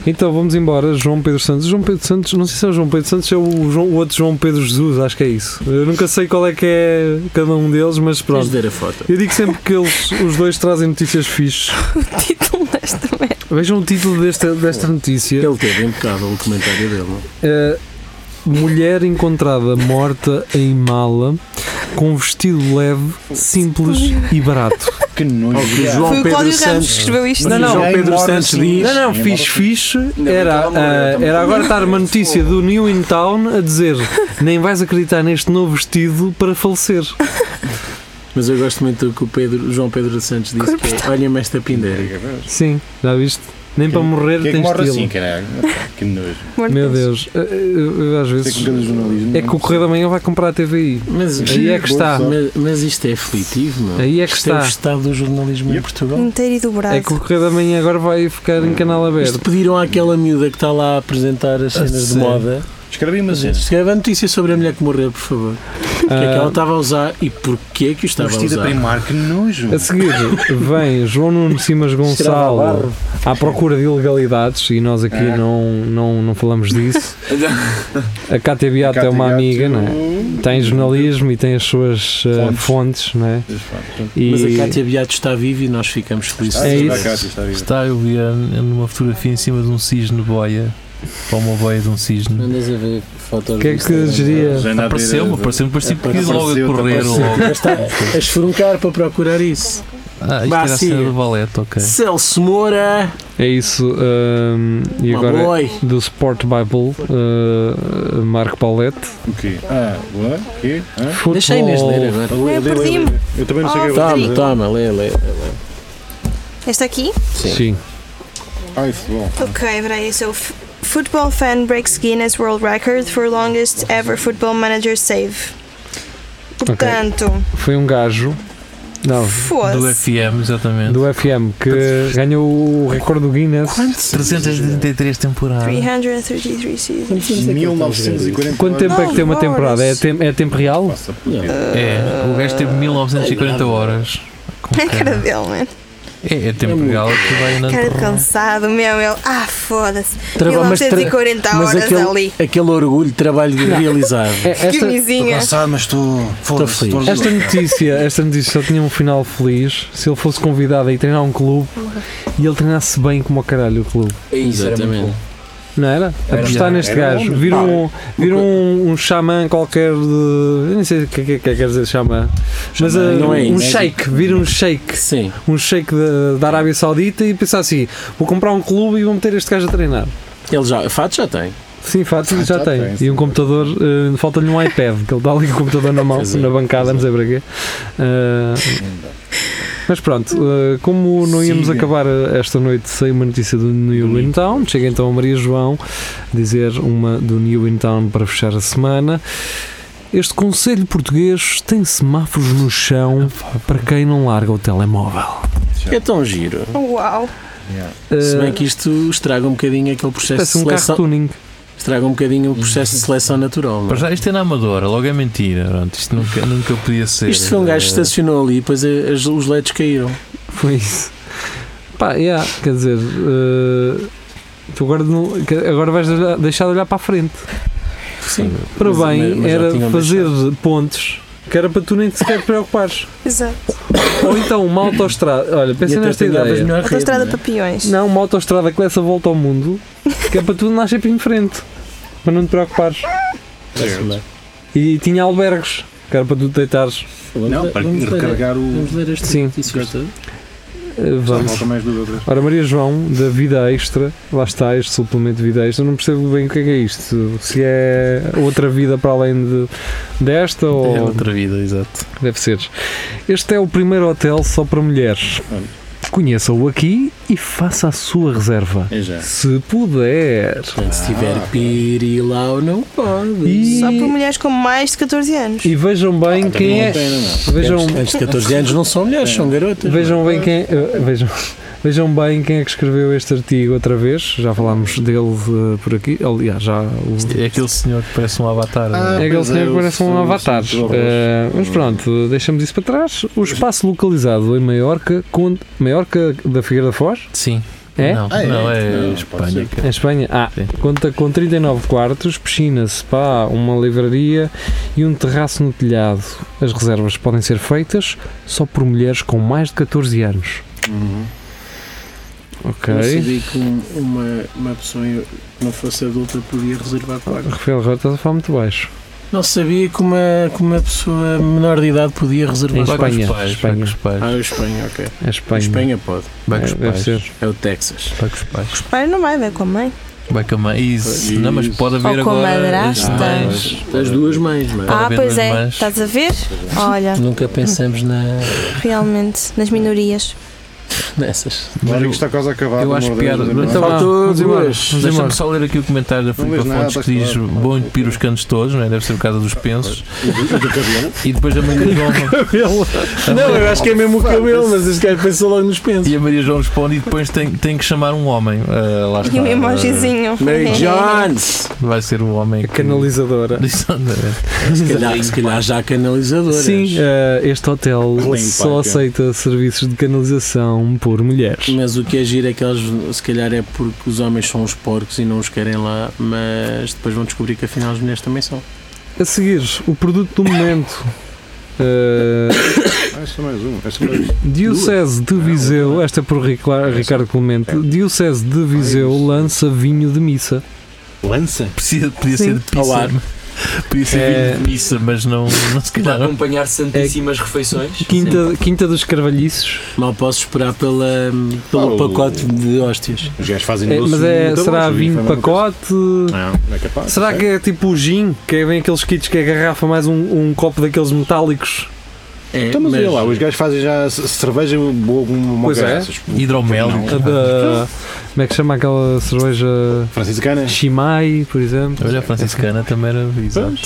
Speaker 3: Então vamos embora, João Pedro Santos. João Pedro Santos, não sei se é o João Pedro Santos, é o, João- o outro João Pedro Jesus, acho que é isso. Eu nunca sei qual é que é cada um deles, mas
Speaker 6: Tens
Speaker 3: pronto.
Speaker 6: de ver a foto.
Speaker 3: Eu digo sempre que eles, os dois trazem notícias fixes.
Speaker 5: O título desta merda.
Speaker 3: Vejam o título desta, desta notícia:
Speaker 6: Ele teve impecável o comentário dele, não?
Speaker 3: Eh, Mulher encontrada morta em mala com vestido leve, simples e barato.
Speaker 4: Que nojo.
Speaker 6: que o João
Speaker 5: Foi o
Speaker 6: Pedro
Speaker 5: Cláudio Ramos
Speaker 6: Santos.
Speaker 5: que escreveu isto.
Speaker 6: Mas
Speaker 3: Não,
Speaker 6: o
Speaker 3: não,
Speaker 6: João Pedro
Speaker 4: mora
Speaker 6: Santos
Speaker 4: assim.
Speaker 6: diz.
Speaker 3: Não, não,
Speaker 4: Sim,
Speaker 3: fixe, fixe.
Speaker 2: Não,
Speaker 3: Era,
Speaker 2: então, amor,
Speaker 3: ah,
Speaker 2: então,
Speaker 3: era agora estar uma notícia do New In Town a dizer nem vais acreditar neste novo vestido para falecer.
Speaker 6: Mas eu gosto muito do que o Pedro, o João Pedro Santos disse que é, olha-me esta pindérica.
Speaker 3: Sim, já viste? Nem para morrer
Speaker 4: Que é que
Speaker 3: tens
Speaker 4: morre
Speaker 3: estilo.
Speaker 4: assim, caralho? Que nojo.
Speaker 6: assim?
Speaker 5: Amor de
Speaker 3: Meu Deus, eh, eh, eu às
Speaker 4: Sei que
Speaker 3: vezes.
Speaker 6: um
Speaker 4: pelo jornalismo.
Speaker 3: É que o Correio da Manhã vai comprar a TVI.
Speaker 6: Mas,
Speaker 3: Aí é que está.
Speaker 6: mas, mas isto é aflitivo, não?
Speaker 3: Aí é que
Speaker 6: isto é o
Speaker 3: está.
Speaker 6: estado do jornalismo em Portugal.
Speaker 5: Inteiro e dobrado.
Speaker 3: É que o Correio da Manhã agora vai ficar em canal
Speaker 6: Isto
Speaker 3: aberto.
Speaker 6: pediram àquela miúda que está lá a apresentar as cenas de
Speaker 3: sério?
Speaker 6: moda.
Speaker 4: Escrevi uma cena.
Speaker 6: Escreve a notícia sobre a mulher que morreu, por favor. O que é
Speaker 3: Ah.
Speaker 6: que ela estava a usar e porquê que o estava a
Speaker 4: Vestida
Speaker 6: usar?
Speaker 4: Primark, que nojo.
Speaker 3: Ah, a seguir vem João Nuno Simas Gonçalo à procura de ilegalidades e nós aqui
Speaker 4: Ah.
Speaker 3: não, não, não falamos disso. A KTB até é uma amiga, não é? tem jornalismo e tem as suas eh,
Speaker 4: Fontes.
Speaker 3: fontes, não é? E
Speaker 6: Mas a Cátia Beato está viva e nós ficamos felizes.
Speaker 3: É isso.
Speaker 8: Está, eu vi a- numa fotografia em cima de um cisne boia. Ou uma boia de um cisne.
Speaker 6: Andas a ver fotos.
Speaker 3: o que é
Speaker 6: do
Speaker 3: que
Speaker 6: Instagram.
Speaker 3: geria?
Speaker 8: Apareceu-me, apareceu-me, depois tive que ir logo a
Speaker 4: Apareceu-te,
Speaker 8: correr.
Speaker 4: apareceu.
Speaker 8: Logo.
Speaker 6: Mas está a esfruncar para procurar isso.
Speaker 8: Ah, isto
Speaker 6: Bah,
Speaker 8: era a
Speaker 6: sim.
Speaker 8: cena do balete,
Speaker 6: É.
Speaker 8: ok.
Speaker 6: Celso Moura,
Speaker 3: É isso. hum, e
Speaker 6: uma
Speaker 3: agora
Speaker 6: boy.
Speaker 3: do Sport Bible, uh, Marco Paulette.
Speaker 4: O quê? Ah, o quê? Hã?
Speaker 3: Futebol.
Speaker 6: Deixa a Inês ler agora.
Speaker 4: Ah, lê,
Speaker 5: É,
Speaker 4: lê, lê,
Speaker 5: perdi-me.
Speaker 4: lê. Eu também não sei
Speaker 3: Ah,
Speaker 5: Oh,
Speaker 3: tá,
Speaker 4: o que
Speaker 6: Toma,
Speaker 5: Rodrigo.
Speaker 4: é.
Speaker 6: toma, lê, lê.
Speaker 5: Esta aqui?
Speaker 3: Sim. tá.
Speaker 4: Ai, futebol.
Speaker 5: Ok, peraí. So, f- football fan breaks Guinness World Record for longest ever football manager save. Portanto,
Speaker 3: Foi um gajo. Não.
Speaker 8: Do
Speaker 5: foda-se.
Speaker 8: FM, exatamente.
Speaker 3: Do FM que ganhou o recorde do Guinness.
Speaker 8: 333 temporadas.
Speaker 5: 333 seasons.
Speaker 3: é
Speaker 4: 1940.
Speaker 3: Quanto tempo é que tem uma temporada? É, tem- é tempo real?
Speaker 4: Passa por dentro.
Speaker 8: É, o gajo teve 1940 horas. Com
Speaker 5: A cara
Speaker 8: cara.
Speaker 5: dele, mano.
Speaker 8: É, é tempo legal que vai na
Speaker 5: Cara de cansado mesmo. Ele, ah, foda-se.
Speaker 6: Trava- mas tra-
Speaker 5: 1940
Speaker 6: mas
Speaker 5: horas
Speaker 6: aquele-
Speaker 5: ali.
Speaker 6: Aquele orgulho de trabalho realizado.
Speaker 3: É, esta,
Speaker 5: Camisinha.
Speaker 4: mas estou.
Speaker 6: Estou feliz.
Speaker 4: estou-
Speaker 3: esta notícia, esta notícia só tinha um final feliz se ele fosse convidado a ir treinar um clube e ele treinasse bem como o caralho o clube.
Speaker 2: É isso, era muito
Speaker 6: Exatamente.
Speaker 2: bom.
Speaker 3: Não era?
Speaker 2: Era,
Speaker 3: Apostar
Speaker 2: era,
Speaker 3: neste
Speaker 4: era
Speaker 3: gajo.
Speaker 4: homem.
Speaker 3: Viram, um, viram um, um xamã qualquer de. Eu nem sei o que, é que, que é que quer dizer xamã. Mas
Speaker 6: Xamã
Speaker 3: ah,
Speaker 6: não é
Speaker 3: um
Speaker 6: inédito.
Speaker 3: shake. Viram um shake.
Speaker 6: Sim.
Speaker 3: Um shake da, da Arábia Saudita e pensar assim: vou comprar um clube e vou meter este gajo a treinar.
Speaker 6: Ele já, fato já tem.
Speaker 3: Sim, fato, já,
Speaker 4: Ah, já
Speaker 3: tem.
Speaker 4: tem,
Speaker 3: E
Speaker 4: sim.
Speaker 3: um computador, eh, falta-lhe um iPad, que ele dá ali o computador na mão,
Speaker 6: Pois é,
Speaker 3: na bancada, não sei para quê. Ah, mas pronto, eh, como não íamos
Speaker 4: Siga.
Speaker 3: acabar eh, esta noite sem uma notícia do New In Town, chega então a Maria João dizer uma do New In Town para fechar a semana. Este Conselho Português tem semáforos no chão para quem não larga o telemóvel.
Speaker 6: É tão giro.
Speaker 5: Uau.
Speaker 6: Se
Speaker 3: Eh,
Speaker 6: bem que isto estraga um bocadinho aquele processo de
Speaker 3: Parece um carro
Speaker 6: seleção.
Speaker 3: tuning.
Speaker 6: Estraga um bocadinho o processo de seleção natural. não
Speaker 8: Para
Speaker 6: é?
Speaker 8: já, isto é na Amadora, logo é mentira. Pronto, isto nunca, nunca podia ser.
Speaker 6: Isto foi um gajo que
Speaker 8: Eh,
Speaker 6: estacionou ali e depois eh, as- os LEDs caíram.
Speaker 3: Foi isso. Pá, yeah, quer dizer, eh, tu agora, não- que- agora vais olhar- deixar de olhar para a frente.
Speaker 6: Sim.
Speaker 3: Para
Speaker 6: Mas-
Speaker 3: bem,
Speaker 6: mas- mas já
Speaker 3: era
Speaker 6: tinham
Speaker 3: fazer
Speaker 6: deixado.
Speaker 3: pontos que era para tu nem te sequer te preocupares.
Speaker 5: Exato.
Speaker 3: Ou então uma autoestrada. Olha,
Speaker 6: E
Speaker 3: pensa
Speaker 6: até
Speaker 3: nesta
Speaker 6: apanhavas
Speaker 3: ideia.
Speaker 6: melhor a rede,
Speaker 5: Autostrada
Speaker 6: não é?
Speaker 5: para peões.
Speaker 3: Não, uma autoestrada que dessa volta ao mundo que é para tu andares sempre em frente. Para não te preocupares. E tinha albergues que era para tu te deitares.
Speaker 6: Vamos
Speaker 4: Não,
Speaker 6: ler-
Speaker 4: para
Speaker 6: vamos ler-
Speaker 4: recarregar o.
Speaker 6: Vamos ler este
Speaker 3: Sim.
Speaker 6: notícias todas?
Speaker 3: Eh,
Speaker 4: Só
Speaker 3: Vamos.
Speaker 4: falta mais duas ou três.
Speaker 3: Ora, Maria João, da Vida Extra, lá está este suplemento de Vida Extra, não percebo bem o que é que é isto. Se é outra vida para além de, desta ou.
Speaker 8: É outra vida, exato.
Speaker 3: Deve ser. Este é o primeiro hotel só para mulheres.
Speaker 4: Olha.
Speaker 3: Conheça-o aqui e faça a sua reserva.
Speaker 4: É já.
Speaker 3: Se puder.
Speaker 6: Portanto, se tiver
Speaker 4: Ah,
Speaker 6: pirilau, não pode.
Speaker 3: E,
Speaker 5: Só por mulheres com mais de 14 anos.
Speaker 3: e vejam bem
Speaker 4: Ah,
Speaker 3: quem
Speaker 4: não
Speaker 3: é.
Speaker 4: tem, não é?
Speaker 3: Vejam,
Speaker 6: Antes- Antes de 14 anos não são
Speaker 9: É.
Speaker 6: mulheres, são garotas.
Speaker 3: vejam bem quem. eh, Vejam. Vejam bem quem é que escreveu este artigo outra vez, já falámos dele eh, por aqui, aliás, já o,
Speaker 8: É aquele senhor que parece um avatar. não é?
Speaker 3: É aquele
Speaker 4: pois
Speaker 3: senhor
Speaker 4: é,
Speaker 3: que
Speaker 4: o
Speaker 3: parece um
Speaker 4: senhor-
Speaker 3: avatar.
Speaker 4: o senhor
Speaker 3: Eh,
Speaker 4: Rocha.
Speaker 3: mas pronto, deixamos isso para trás. O espaço localizado em Maiorca, com Maiorca da Figueira da Foz,
Speaker 8: Sim.
Speaker 3: é?
Speaker 8: Não,
Speaker 4: Ah, é?
Speaker 8: não, é,
Speaker 4: Não, pode
Speaker 8: Espanha.
Speaker 4: ser.
Speaker 8: cara.
Speaker 3: Em Espanha, ah,
Speaker 8: Sim.
Speaker 3: conta com 39 quartos, piscina, spa, uma livraria e um terraço no telhado. As reservas podem ser feitas só por mulheres com mais de 14 anos.
Speaker 4: Uhum.
Speaker 3: Ok.
Speaker 9: Eu sabia que um- uma, uma pessoa que não fosse adulta podia reservar quarto.
Speaker 3: Rafael Rota está a falar muito baixo.
Speaker 9: Não sabia que uma, que uma pessoa menor de idade podia
Speaker 3: Em
Speaker 9: reservar quarto.
Speaker 3: Espanha.
Speaker 8: Vai com os pais, vai com
Speaker 3: Espanha.
Speaker 8: os pais.
Speaker 9: Ah, a Espanha, ok.
Speaker 3: É
Speaker 9: A
Speaker 3: Espanha.
Speaker 9: Espanha pode.
Speaker 8: Vai com os
Speaker 3: É, deve
Speaker 8: pais.
Speaker 3: ser.
Speaker 9: É o Texas.
Speaker 8: Vai com os pais.
Speaker 5: Pai não vai ver é com a mãe.
Speaker 8: Vai com a mãe. Isso.
Speaker 4: Isso.
Speaker 8: Não, mas pode
Speaker 5: Ou
Speaker 8: haver
Speaker 5: com a
Speaker 8: agora.
Speaker 5: madrasta.
Speaker 4: Ah,
Speaker 9: As duas mães, não é?
Speaker 8: Pode
Speaker 5: Ah,
Speaker 8: haver
Speaker 5: pois
Speaker 8: duas
Speaker 5: é.
Speaker 8: mães.
Speaker 5: Estás a ver? Olha,
Speaker 6: Nunca pensamos na,
Speaker 5: realmente, nas minorias.
Speaker 6: nessas.
Speaker 4: Claro que está quase acabado.
Speaker 8: Eu acho piada. Então,
Speaker 3: Ah,
Speaker 6: Faltou
Speaker 8: vamos embora.
Speaker 6: duas.
Speaker 8: Mas Deixa-me só ler aqui o comentário da Filipe
Speaker 4: lês nada,
Speaker 8: Fontes que diz:
Speaker 4: claro.
Speaker 8: Bom entupir os cantos todos, não é? deve ser por causa dos pensos.
Speaker 4: do cabelo.
Speaker 8: E depois a Maria João.
Speaker 9: Não, eu acho que é mesmo o cabelo, mas este gajo pensou logo nos pensos.
Speaker 8: E a Maria João responde: E depois tem, tem que chamar um homem. Ah, lá está.
Speaker 5: E o emojizinho. É.
Speaker 9: Mary Johns!
Speaker 8: Ah, vai ser o homem.
Speaker 3: A
Speaker 8: que-
Speaker 3: canalizadora.
Speaker 8: Exatamente.
Speaker 9: Se calhar, se calhar já há canalizadoras.
Speaker 3: Sim, eh, este hotel
Speaker 4: Limpa,
Speaker 3: só
Speaker 4: ok.
Speaker 3: aceita serviços de canalização por mulheres.
Speaker 9: Mas o que é giro é que eles, se calhar é porque os homens são os porcos e não os querem lá, mas depois vão descobrir que afinal as mulheres também são.
Speaker 3: A seguir, o produto do momento. Eh,
Speaker 4: Esta Ah, é mais uma. Esta mais um.
Speaker 3: Diocese de Viseu, esta é por Ricla- Ricardo Clemente. Diocese de Viseu lança vinho de missa.
Speaker 4: Lança.
Speaker 8: Precisa, podia
Speaker 3: Sim.
Speaker 8: ser de
Speaker 9: Ao
Speaker 8: pizza.
Speaker 9: ar.
Speaker 8: Podia ser
Speaker 3: É-
Speaker 8: vinho de pizza, mas não, não se
Speaker 2: Para
Speaker 8: calhar. não.
Speaker 2: acompanhar santíssimas refeições.
Speaker 3: Quinta, quinta dos Carvalhices.
Speaker 9: Mal posso esperar pela, pelo
Speaker 4: Ah, o-
Speaker 9: pacote de hóstias.
Speaker 4: Os gajos fazem
Speaker 3: É,
Speaker 4: doce
Speaker 3: mas é,
Speaker 4: muito
Speaker 3: será
Speaker 4: bons, e
Speaker 3: vinho
Speaker 4: foi
Speaker 3: de
Speaker 4: a mesma coisa.
Speaker 3: pacote?
Speaker 4: Não, não é capaz.
Speaker 3: Será que é tipo o gin? Que é bem aqueles kits que é garrafa mais um, um copo daqueles metálicos?
Speaker 9: É,
Speaker 4: Então, mas olha lá, os gajos fazem já c- cerveja boa com uma
Speaker 3: Pois é.
Speaker 4: graças.
Speaker 8: Hidromel.
Speaker 4: Não.
Speaker 3: A da- como é que chama aquela cerveja?
Speaker 4: Franciscana.
Speaker 3: Chimay, por exemplo.
Speaker 8: Olha, a franciscana também era. Exato.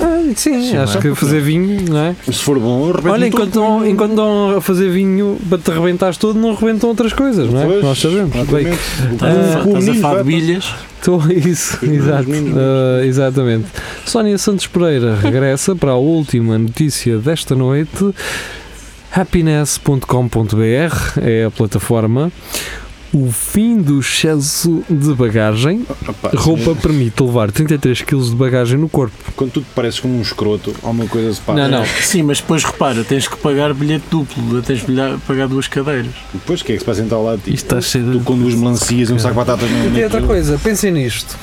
Speaker 3: Ah, sim,
Speaker 8: Chimay.
Speaker 3: acho que fazer vinho, não é?
Speaker 4: Se for bom, repete
Speaker 3: Olha, enquanto estão, enquanto estão a fazer vinho para te arrebentares todo, não arrebentam outras coisas, não é?
Speaker 4: Pois,
Speaker 3: Nós sabemos. Bem,
Speaker 4: exatamente.
Speaker 6: Tá,
Speaker 3: Ah,
Speaker 4: O- o
Speaker 9: Estás a
Speaker 4: menino
Speaker 9: falar de
Speaker 4: vai-
Speaker 9: bilhas?
Speaker 3: Estou isso,
Speaker 4: Os
Speaker 3: exato,
Speaker 4: meninos,
Speaker 3: ah, exatamente. Sónia Santos Pereira regressa para a última notícia desta noite. Happiness.com.br é a plataforma. O fim do excesso de bagagem.
Speaker 4: Opa,
Speaker 3: Roupa permite levar 33 kg de bagagem no corpo.
Speaker 4: Quando tu te pareces como um escroto, alguma coisa se passa.
Speaker 3: Não, não.
Speaker 9: Sim, mas depois repara, tens que pagar bilhete duplo, tens que bilha- pagar duas cadeiras.
Speaker 4: Depois o que é que se passa então ao lado de ti?
Speaker 8: Isto está cheio
Speaker 4: Tu
Speaker 8: de.
Speaker 4: conduz melancias e um saco de batatas no
Speaker 3: E outra
Speaker 4: naquilo.
Speaker 3: coisa, pensem nisto.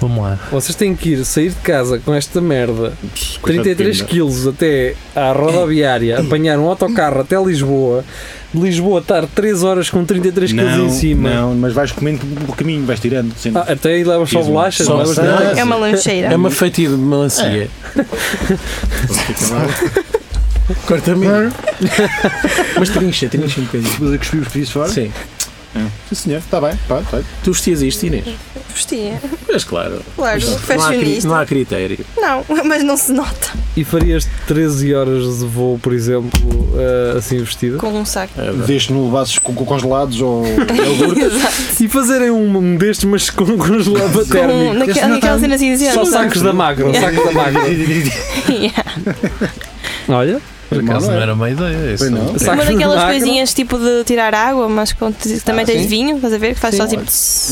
Speaker 8: Vamos lá.
Speaker 3: Vocês têm que ir sair de casa com esta merda,
Speaker 4: Pss, coisa de é?
Speaker 3: 33
Speaker 4: pena.
Speaker 3: quilos até à rodoviária, apanhar um autocarro até Lisboa, de Lisboa estar 3 horas com 33 quilos
Speaker 4: Não,
Speaker 3: em cima.
Speaker 4: Não, mas vais comendo pelo caminho, vais tirando. sendo-
Speaker 3: Ah, até aí levas só
Speaker 4: Tens um-
Speaker 3: bolachas,
Speaker 4: só
Speaker 3: não levas
Speaker 4: maçãs.
Speaker 3: nada.
Speaker 5: É uma lancheira.
Speaker 9: É uma fatia de melancia.
Speaker 4: Fica lá.
Speaker 9: Corta-me. é? mas trincha, trincha um bocadinho.
Speaker 4: Mas a cuspir os pedidos fora?
Speaker 9: Sim.
Speaker 4: Sim, senhor, está bem, pá, está bem.
Speaker 9: Tu vestias isto, Inês?
Speaker 5: Vestia.
Speaker 9: Mas claro.
Speaker 5: Claro,
Speaker 9: não, há, cri- não
Speaker 5: fashionista.
Speaker 9: há critério.
Speaker 5: Não, mas não se nota.
Speaker 3: E farias 13 horas de voo, por exemplo, ah, assim vestido?
Speaker 5: Com um saco.
Speaker 4: Deixe-me levasses com, com congelados ou.
Speaker 5: Exato.
Speaker 3: E fazerem um destes, mas com congelado
Speaker 5: Com,
Speaker 3: térmico.
Speaker 5: naquela, naquela cena assim, cinzenta.
Speaker 3: Só sacos da macro, sacos da macro.
Speaker 5: Yeah.
Speaker 3: Olha,
Speaker 8: Por acaso
Speaker 4: é?
Speaker 8: não era má ideia.
Speaker 4: Pois
Speaker 8: Isso.
Speaker 4: não.
Speaker 3: sacos
Speaker 5: Uma
Speaker 3: da
Speaker 5: daquelas
Speaker 3: macro.
Speaker 5: coisinhas tipo de tirar água, mas com, que também
Speaker 3: Ah,
Speaker 5: tens
Speaker 3: sim.
Speaker 5: vinho, estás a ver? Que faz só tipo.
Speaker 4: Um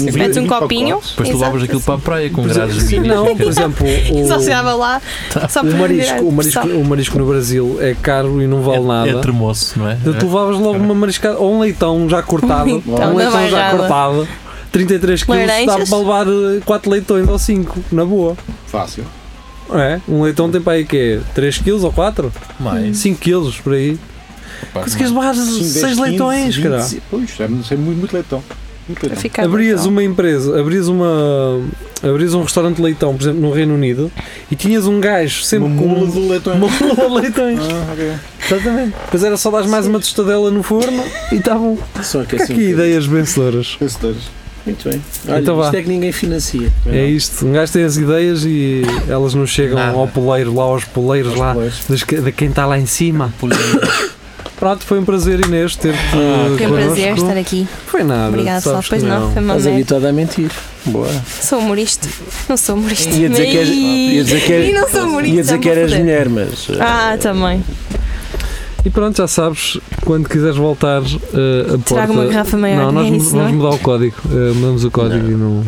Speaker 4: vinho-
Speaker 5: metes um
Speaker 4: vinho
Speaker 5: copinho.
Speaker 8: Depois tu
Speaker 5: Exato.
Speaker 8: levavas aquilo para a praia com
Speaker 3: Por
Speaker 4: é,
Speaker 8: grades de
Speaker 3: exemplo,
Speaker 8: vinho.
Speaker 3: não, por exemplo, o,
Speaker 5: Só chegava lá. Só
Speaker 3: o
Speaker 5: para virar
Speaker 3: marisco, o, marisco,
Speaker 5: só.
Speaker 3: o marisco no Brasil é caro e não vale
Speaker 8: É, é
Speaker 3: nada.
Speaker 8: tremoço, não é?
Speaker 3: Então tu levavas logo uma mariscada, ou um leitão já cortado,
Speaker 5: Um leitão
Speaker 3: um
Speaker 5: da
Speaker 3: leitão já
Speaker 5: bairrada.
Speaker 3: cortado, 33 kg dá
Speaker 5: Laranjas?
Speaker 3: para levar 4 leitões ou 5, na boa.
Speaker 4: Fácil.
Speaker 3: não É, um leitão tem para aí que 3 kg ou 4?
Speaker 8: Mais.
Speaker 3: 5 kg por aí. Conseguias levar
Speaker 4: Cinco, dez,
Speaker 3: 6
Speaker 4: quinze,
Speaker 3: leitões,
Speaker 4: vinte,
Speaker 3: cara.
Speaker 4: Pois, é muito, é muito, muito leitão. Muito
Speaker 5: para
Speaker 4: leitão.
Speaker 5: ficar
Speaker 3: Abrias
Speaker 5: bom.
Speaker 3: uma empresa, abrias uma. Abrias um restaurante de leitão, por exemplo, no Reino Unido, e tinhas um gajo sempre
Speaker 4: Uma
Speaker 3: com
Speaker 4: mula do leitão.
Speaker 3: uma mula de leitões.
Speaker 4: Ah, ok.
Speaker 3: Exatamente. Depois era só dar mais uma tostadela no forno e estavam.
Speaker 6: Só que
Speaker 3: Fica
Speaker 6: assim.
Speaker 3: aqui ideias vencedoras.
Speaker 4: Vencedores.
Speaker 6: Muito bem. Olha,
Speaker 3: Então vá.
Speaker 6: isto é que ninguém financia.
Speaker 3: É isto. Um gajo tem as ideias e elas não chegam
Speaker 8: Nada.
Speaker 3: ao poleiro, lá aos poleiros, lá
Speaker 4: Pois.
Speaker 3: das que- de quem está lá em cima. Pronto, foi um prazer, Inês, ter-te
Speaker 5: Foi um
Speaker 3: connosco.
Speaker 5: prazer estar aqui.
Speaker 3: Foi nada.
Speaker 5: Obrigada, pessoal.
Speaker 3: sabes
Speaker 5: Pois
Speaker 3: que
Speaker 5: não, foi uma
Speaker 9: é?
Speaker 6: Estás
Speaker 5: merda.
Speaker 6: habituado a mentir. Boa.
Speaker 5: Sou humorista. Não sou humorista.
Speaker 6: Ia dizer que és-
Speaker 5: Ih,
Speaker 6: ia dizer que és-
Speaker 5: Ih, não sou humorista.
Speaker 6: Ia dizer que eras
Speaker 5: mulher.
Speaker 6: mulher, mas. eh,
Speaker 5: Ah, também.
Speaker 3: E pronto, já sabes, quando quiseres voltar eh, a porta...
Speaker 5: Trago uma garrafa maior.
Speaker 3: Não, nós
Speaker 5: é
Speaker 3: mu-
Speaker 5: isso, não
Speaker 3: vamos
Speaker 5: é?
Speaker 3: mudar o código. Eh, mudamos o código e não,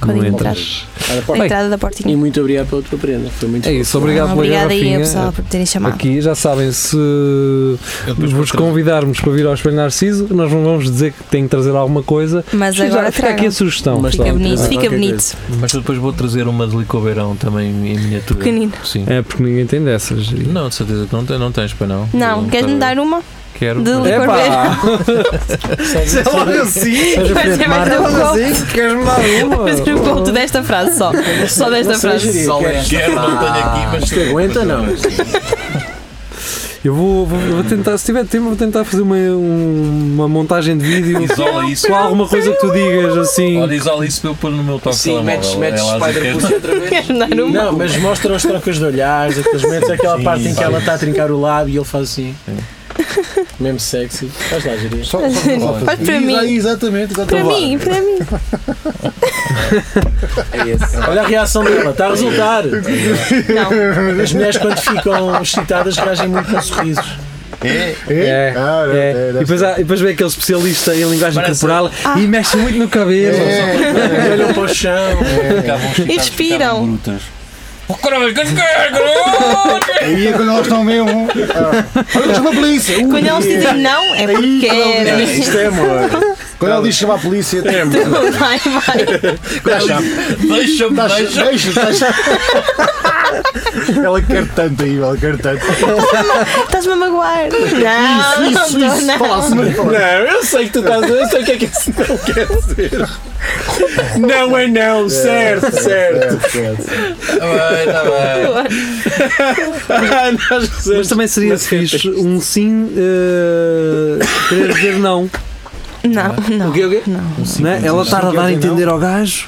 Speaker 5: Código
Speaker 3: não
Speaker 5: de
Speaker 3: entras.
Speaker 4: Olha, pá,
Speaker 5: A entrada da portinha.
Speaker 6: E muito obrigado pela tua prenda. Foi muito
Speaker 3: É isso, obrigado pela
Speaker 5: Obrigada aí,
Speaker 3: garrafinha.
Speaker 5: pessoal, por me terem chamado.
Speaker 3: Aqui, já sabem, se
Speaker 8: Eu
Speaker 3: vos
Speaker 8: depois vou trazer.
Speaker 3: convidarmos para vir ao Espelho Narciso, nós não vamos dizer que tem que trazer alguma coisa.
Speaker 5: Mas
Speaker 3: Já
Speaker 5: agora
Speaker 3: fica aqui
Speaker 5: trago.
Speaker 3: a sugestão.
Speaker 6: Mas
Speaker 5: Fica
Speaker 6: Pronto,
Speaker 5: bonito,
Speaker 6: ah,
Speaker 5: fica
Speaker 6: qualquer
Speaker 5: bonito.
Speaker 8: Mas eu depois vou trazer uma de licobeirão também em miniatura.
Speaker 5: Pequenino.
Speaker 8: Sim.
Speaker 3: É, porque ninguém tem dessas.
Speaker 8: Não, de certeza que não, te- não tens para não.
Speaker 5: Não, queres-me dar uma?
Speaker 8: Quero.
Speaker 5: de
Speaker 8: mas-
Speaker 5: li-
Speaker 3: Epá!
Speaker 6: Seja- seja-
Speaker 3: assim!
Speaker 5: Mas é mais um golpe.
Speaker 3: Queres-me dar uma?
Speaker 5: Mas eu conto desta frase só. Só desta frase.
Speaker 6: seja-
Speaker 8: é.
Speaker 10: Quero, não tenho aqui, mas.
Speaker 6: Isto aguenta, não?
Speaker 3: Eu vou, vou, vou tentar, se tiver tempo, vou tentar fazer uma, um- uma montagem de vídeo
Speaker 8: Isola isso.
Speaker 3: com alguma coisa que tu digas assim.
Speaker 8: Olha, isola isso para eu pôr no meu toque
Speaker 10: Sim, metes,
Speaker 8: telemóvel.
Speaker 10: metes
Speaker 8: Ela é. às vezes
Speaker 10: Spider Pussy outra vez.
Speaker 5: Queres-me dar uma?
Speaker 6: Não, mas mostra os trocas de olhares, aqueles momentos, aquela
Speaker 8: Sim,
Speaker 6: parte em que
Speaker 8: sim.
Speaker 6: ela está a trincar o lábio e ele faz assim. Mesmo sexy. Faz lá, Jeria.
Speaker 4: Só, só
Speaker 5: Olha, para mim.
Speaker 4: Exa- Exatamente,
Speaker 5: Para
Speaker 4: exatamente.
Speaker 5: mim, para mim.
Speaker 10: É esse.
Speaker 6: Olha a reação dela, está a resultar.
Speaker 5: Não.
Speaker 6: As mulheres quando ficam excitadas reagem muito com sorrisos.
Speaker 3: É,
Speaker 4: Ah,
Speaker 3: é.
Speaker 4: é,
Speaker 3: E depois, há- e depois vem aquele especialista em linguagem
Speaker 8: Parece- É,
Speaker 3: corporal
Speaker 5: Ah.
Speaker 3: e mexe muito no
Speaker 4: É,
Speaker 3: cabelo.
Speaker 6: Olham para o chão.
Speaker 8: ficavam excitadas,
Speaker 5: Inspiram.
Speaker 8: ficavam brutas.
Speaker 4: Aí é quando elas estão mesmo. Ah, Olha, chama a polícia! Ui,
Speaker 5: Quando eles dizem não, é porque
Speaker 4: Não,
Speaker 5: querem.
Speaker 4: Isto é amor. Quando ela diz chamar a polícia, é amor.
Speaker 5: Vai, vai.
Speaker 8: Deixa-me,
Speaker 4: Estás-
Speaker 8: deixa-me.
Speaker 4: deixa, estás- Ela quer tanto aí, ela quer tanto.
Speaker 5: Estás-me a magoar. Tá Não, não
Speaker 4: Isso,
Speaker 5: estou,
Speaker 4: isso, assim.
Speaker 5: não.
Speaker 4: falasse
Speaker 6: Não, eu sei que tu estás. Eu sei o que é que isso não quer dizer. Não é não, certo, certo.
Speaker 4: É,
Speaker 8: tá
Speaker 6: Ah, nós
Speaker 3: Mas também seria
Speaker 6: Mas-
Speaker 3: fixe um sim eh, querer dizer não.
Speaker 5: Não, não.
Speaker 6: O quê, o quê?
Speaker 3: né? Ela estar a
Speaker 4: quer
Speaker 3: dar a
Speaker 4: dizer
Speaker 3: entender ao gajo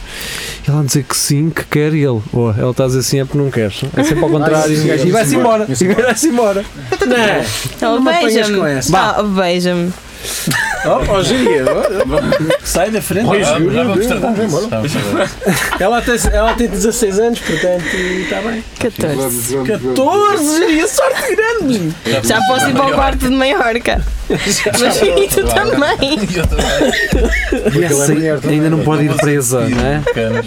Speaker 3: e ela dizer que sim, que quer e ele. "Oh, ela está a dizer sim é porque não quer. É sempre ao contrário.
Speaker 4: sim,
Speaker 3: e vai-se
Speaker 4: vai-se
Speaker 3: embora.
Speaker 4: embora.
Speaker 3: E vai-se embora.
Speaker 6: Não, é?
Speaker 5: Oh,
Speaker 6: não me apanhas
Speaker 5: Beija-me.
Speaker 6: com essa.
Speaker 5: Ah, Beija-me.
Speaker 6: ó, ó, Jeria, ó, ó. sai da frente.
Speaker 8: Já vamos- já vamos tratar
Speaker 4: Vamos
Speaker 8: disso. Tá
Speaker 4: embora.
Speaker 8: Vamos tratar.
Speaker 6: Ela tem, ela tem 16 anos, portanto, está bem.
Speaker 5: 14.
Speaker 6: 14, Jeria, sorte grande.
Speaker 5: Já posso ir para o quarto de Maiorca. Mas e tu também.
Speaker 8: Eu também.
Speaker 3: E essa
Speaker 4: mulher também.
Speaker 3: ainda não pode ir presa, não é?
Speaker 8: Canas.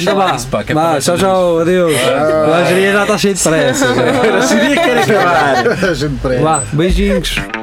Speaker 3: Então vá,
Speaker 8: isso, pá, que é
Speaker 3: vá,
Speaker 8: para
Speaker 3: tchau,
Speaker 8: ver
Speaker 3: tchau, adeus. A engenharia já está cheia de pressa. já.
Speaker 4: A gente parece.
Speaker 3: Vá, beijinhos.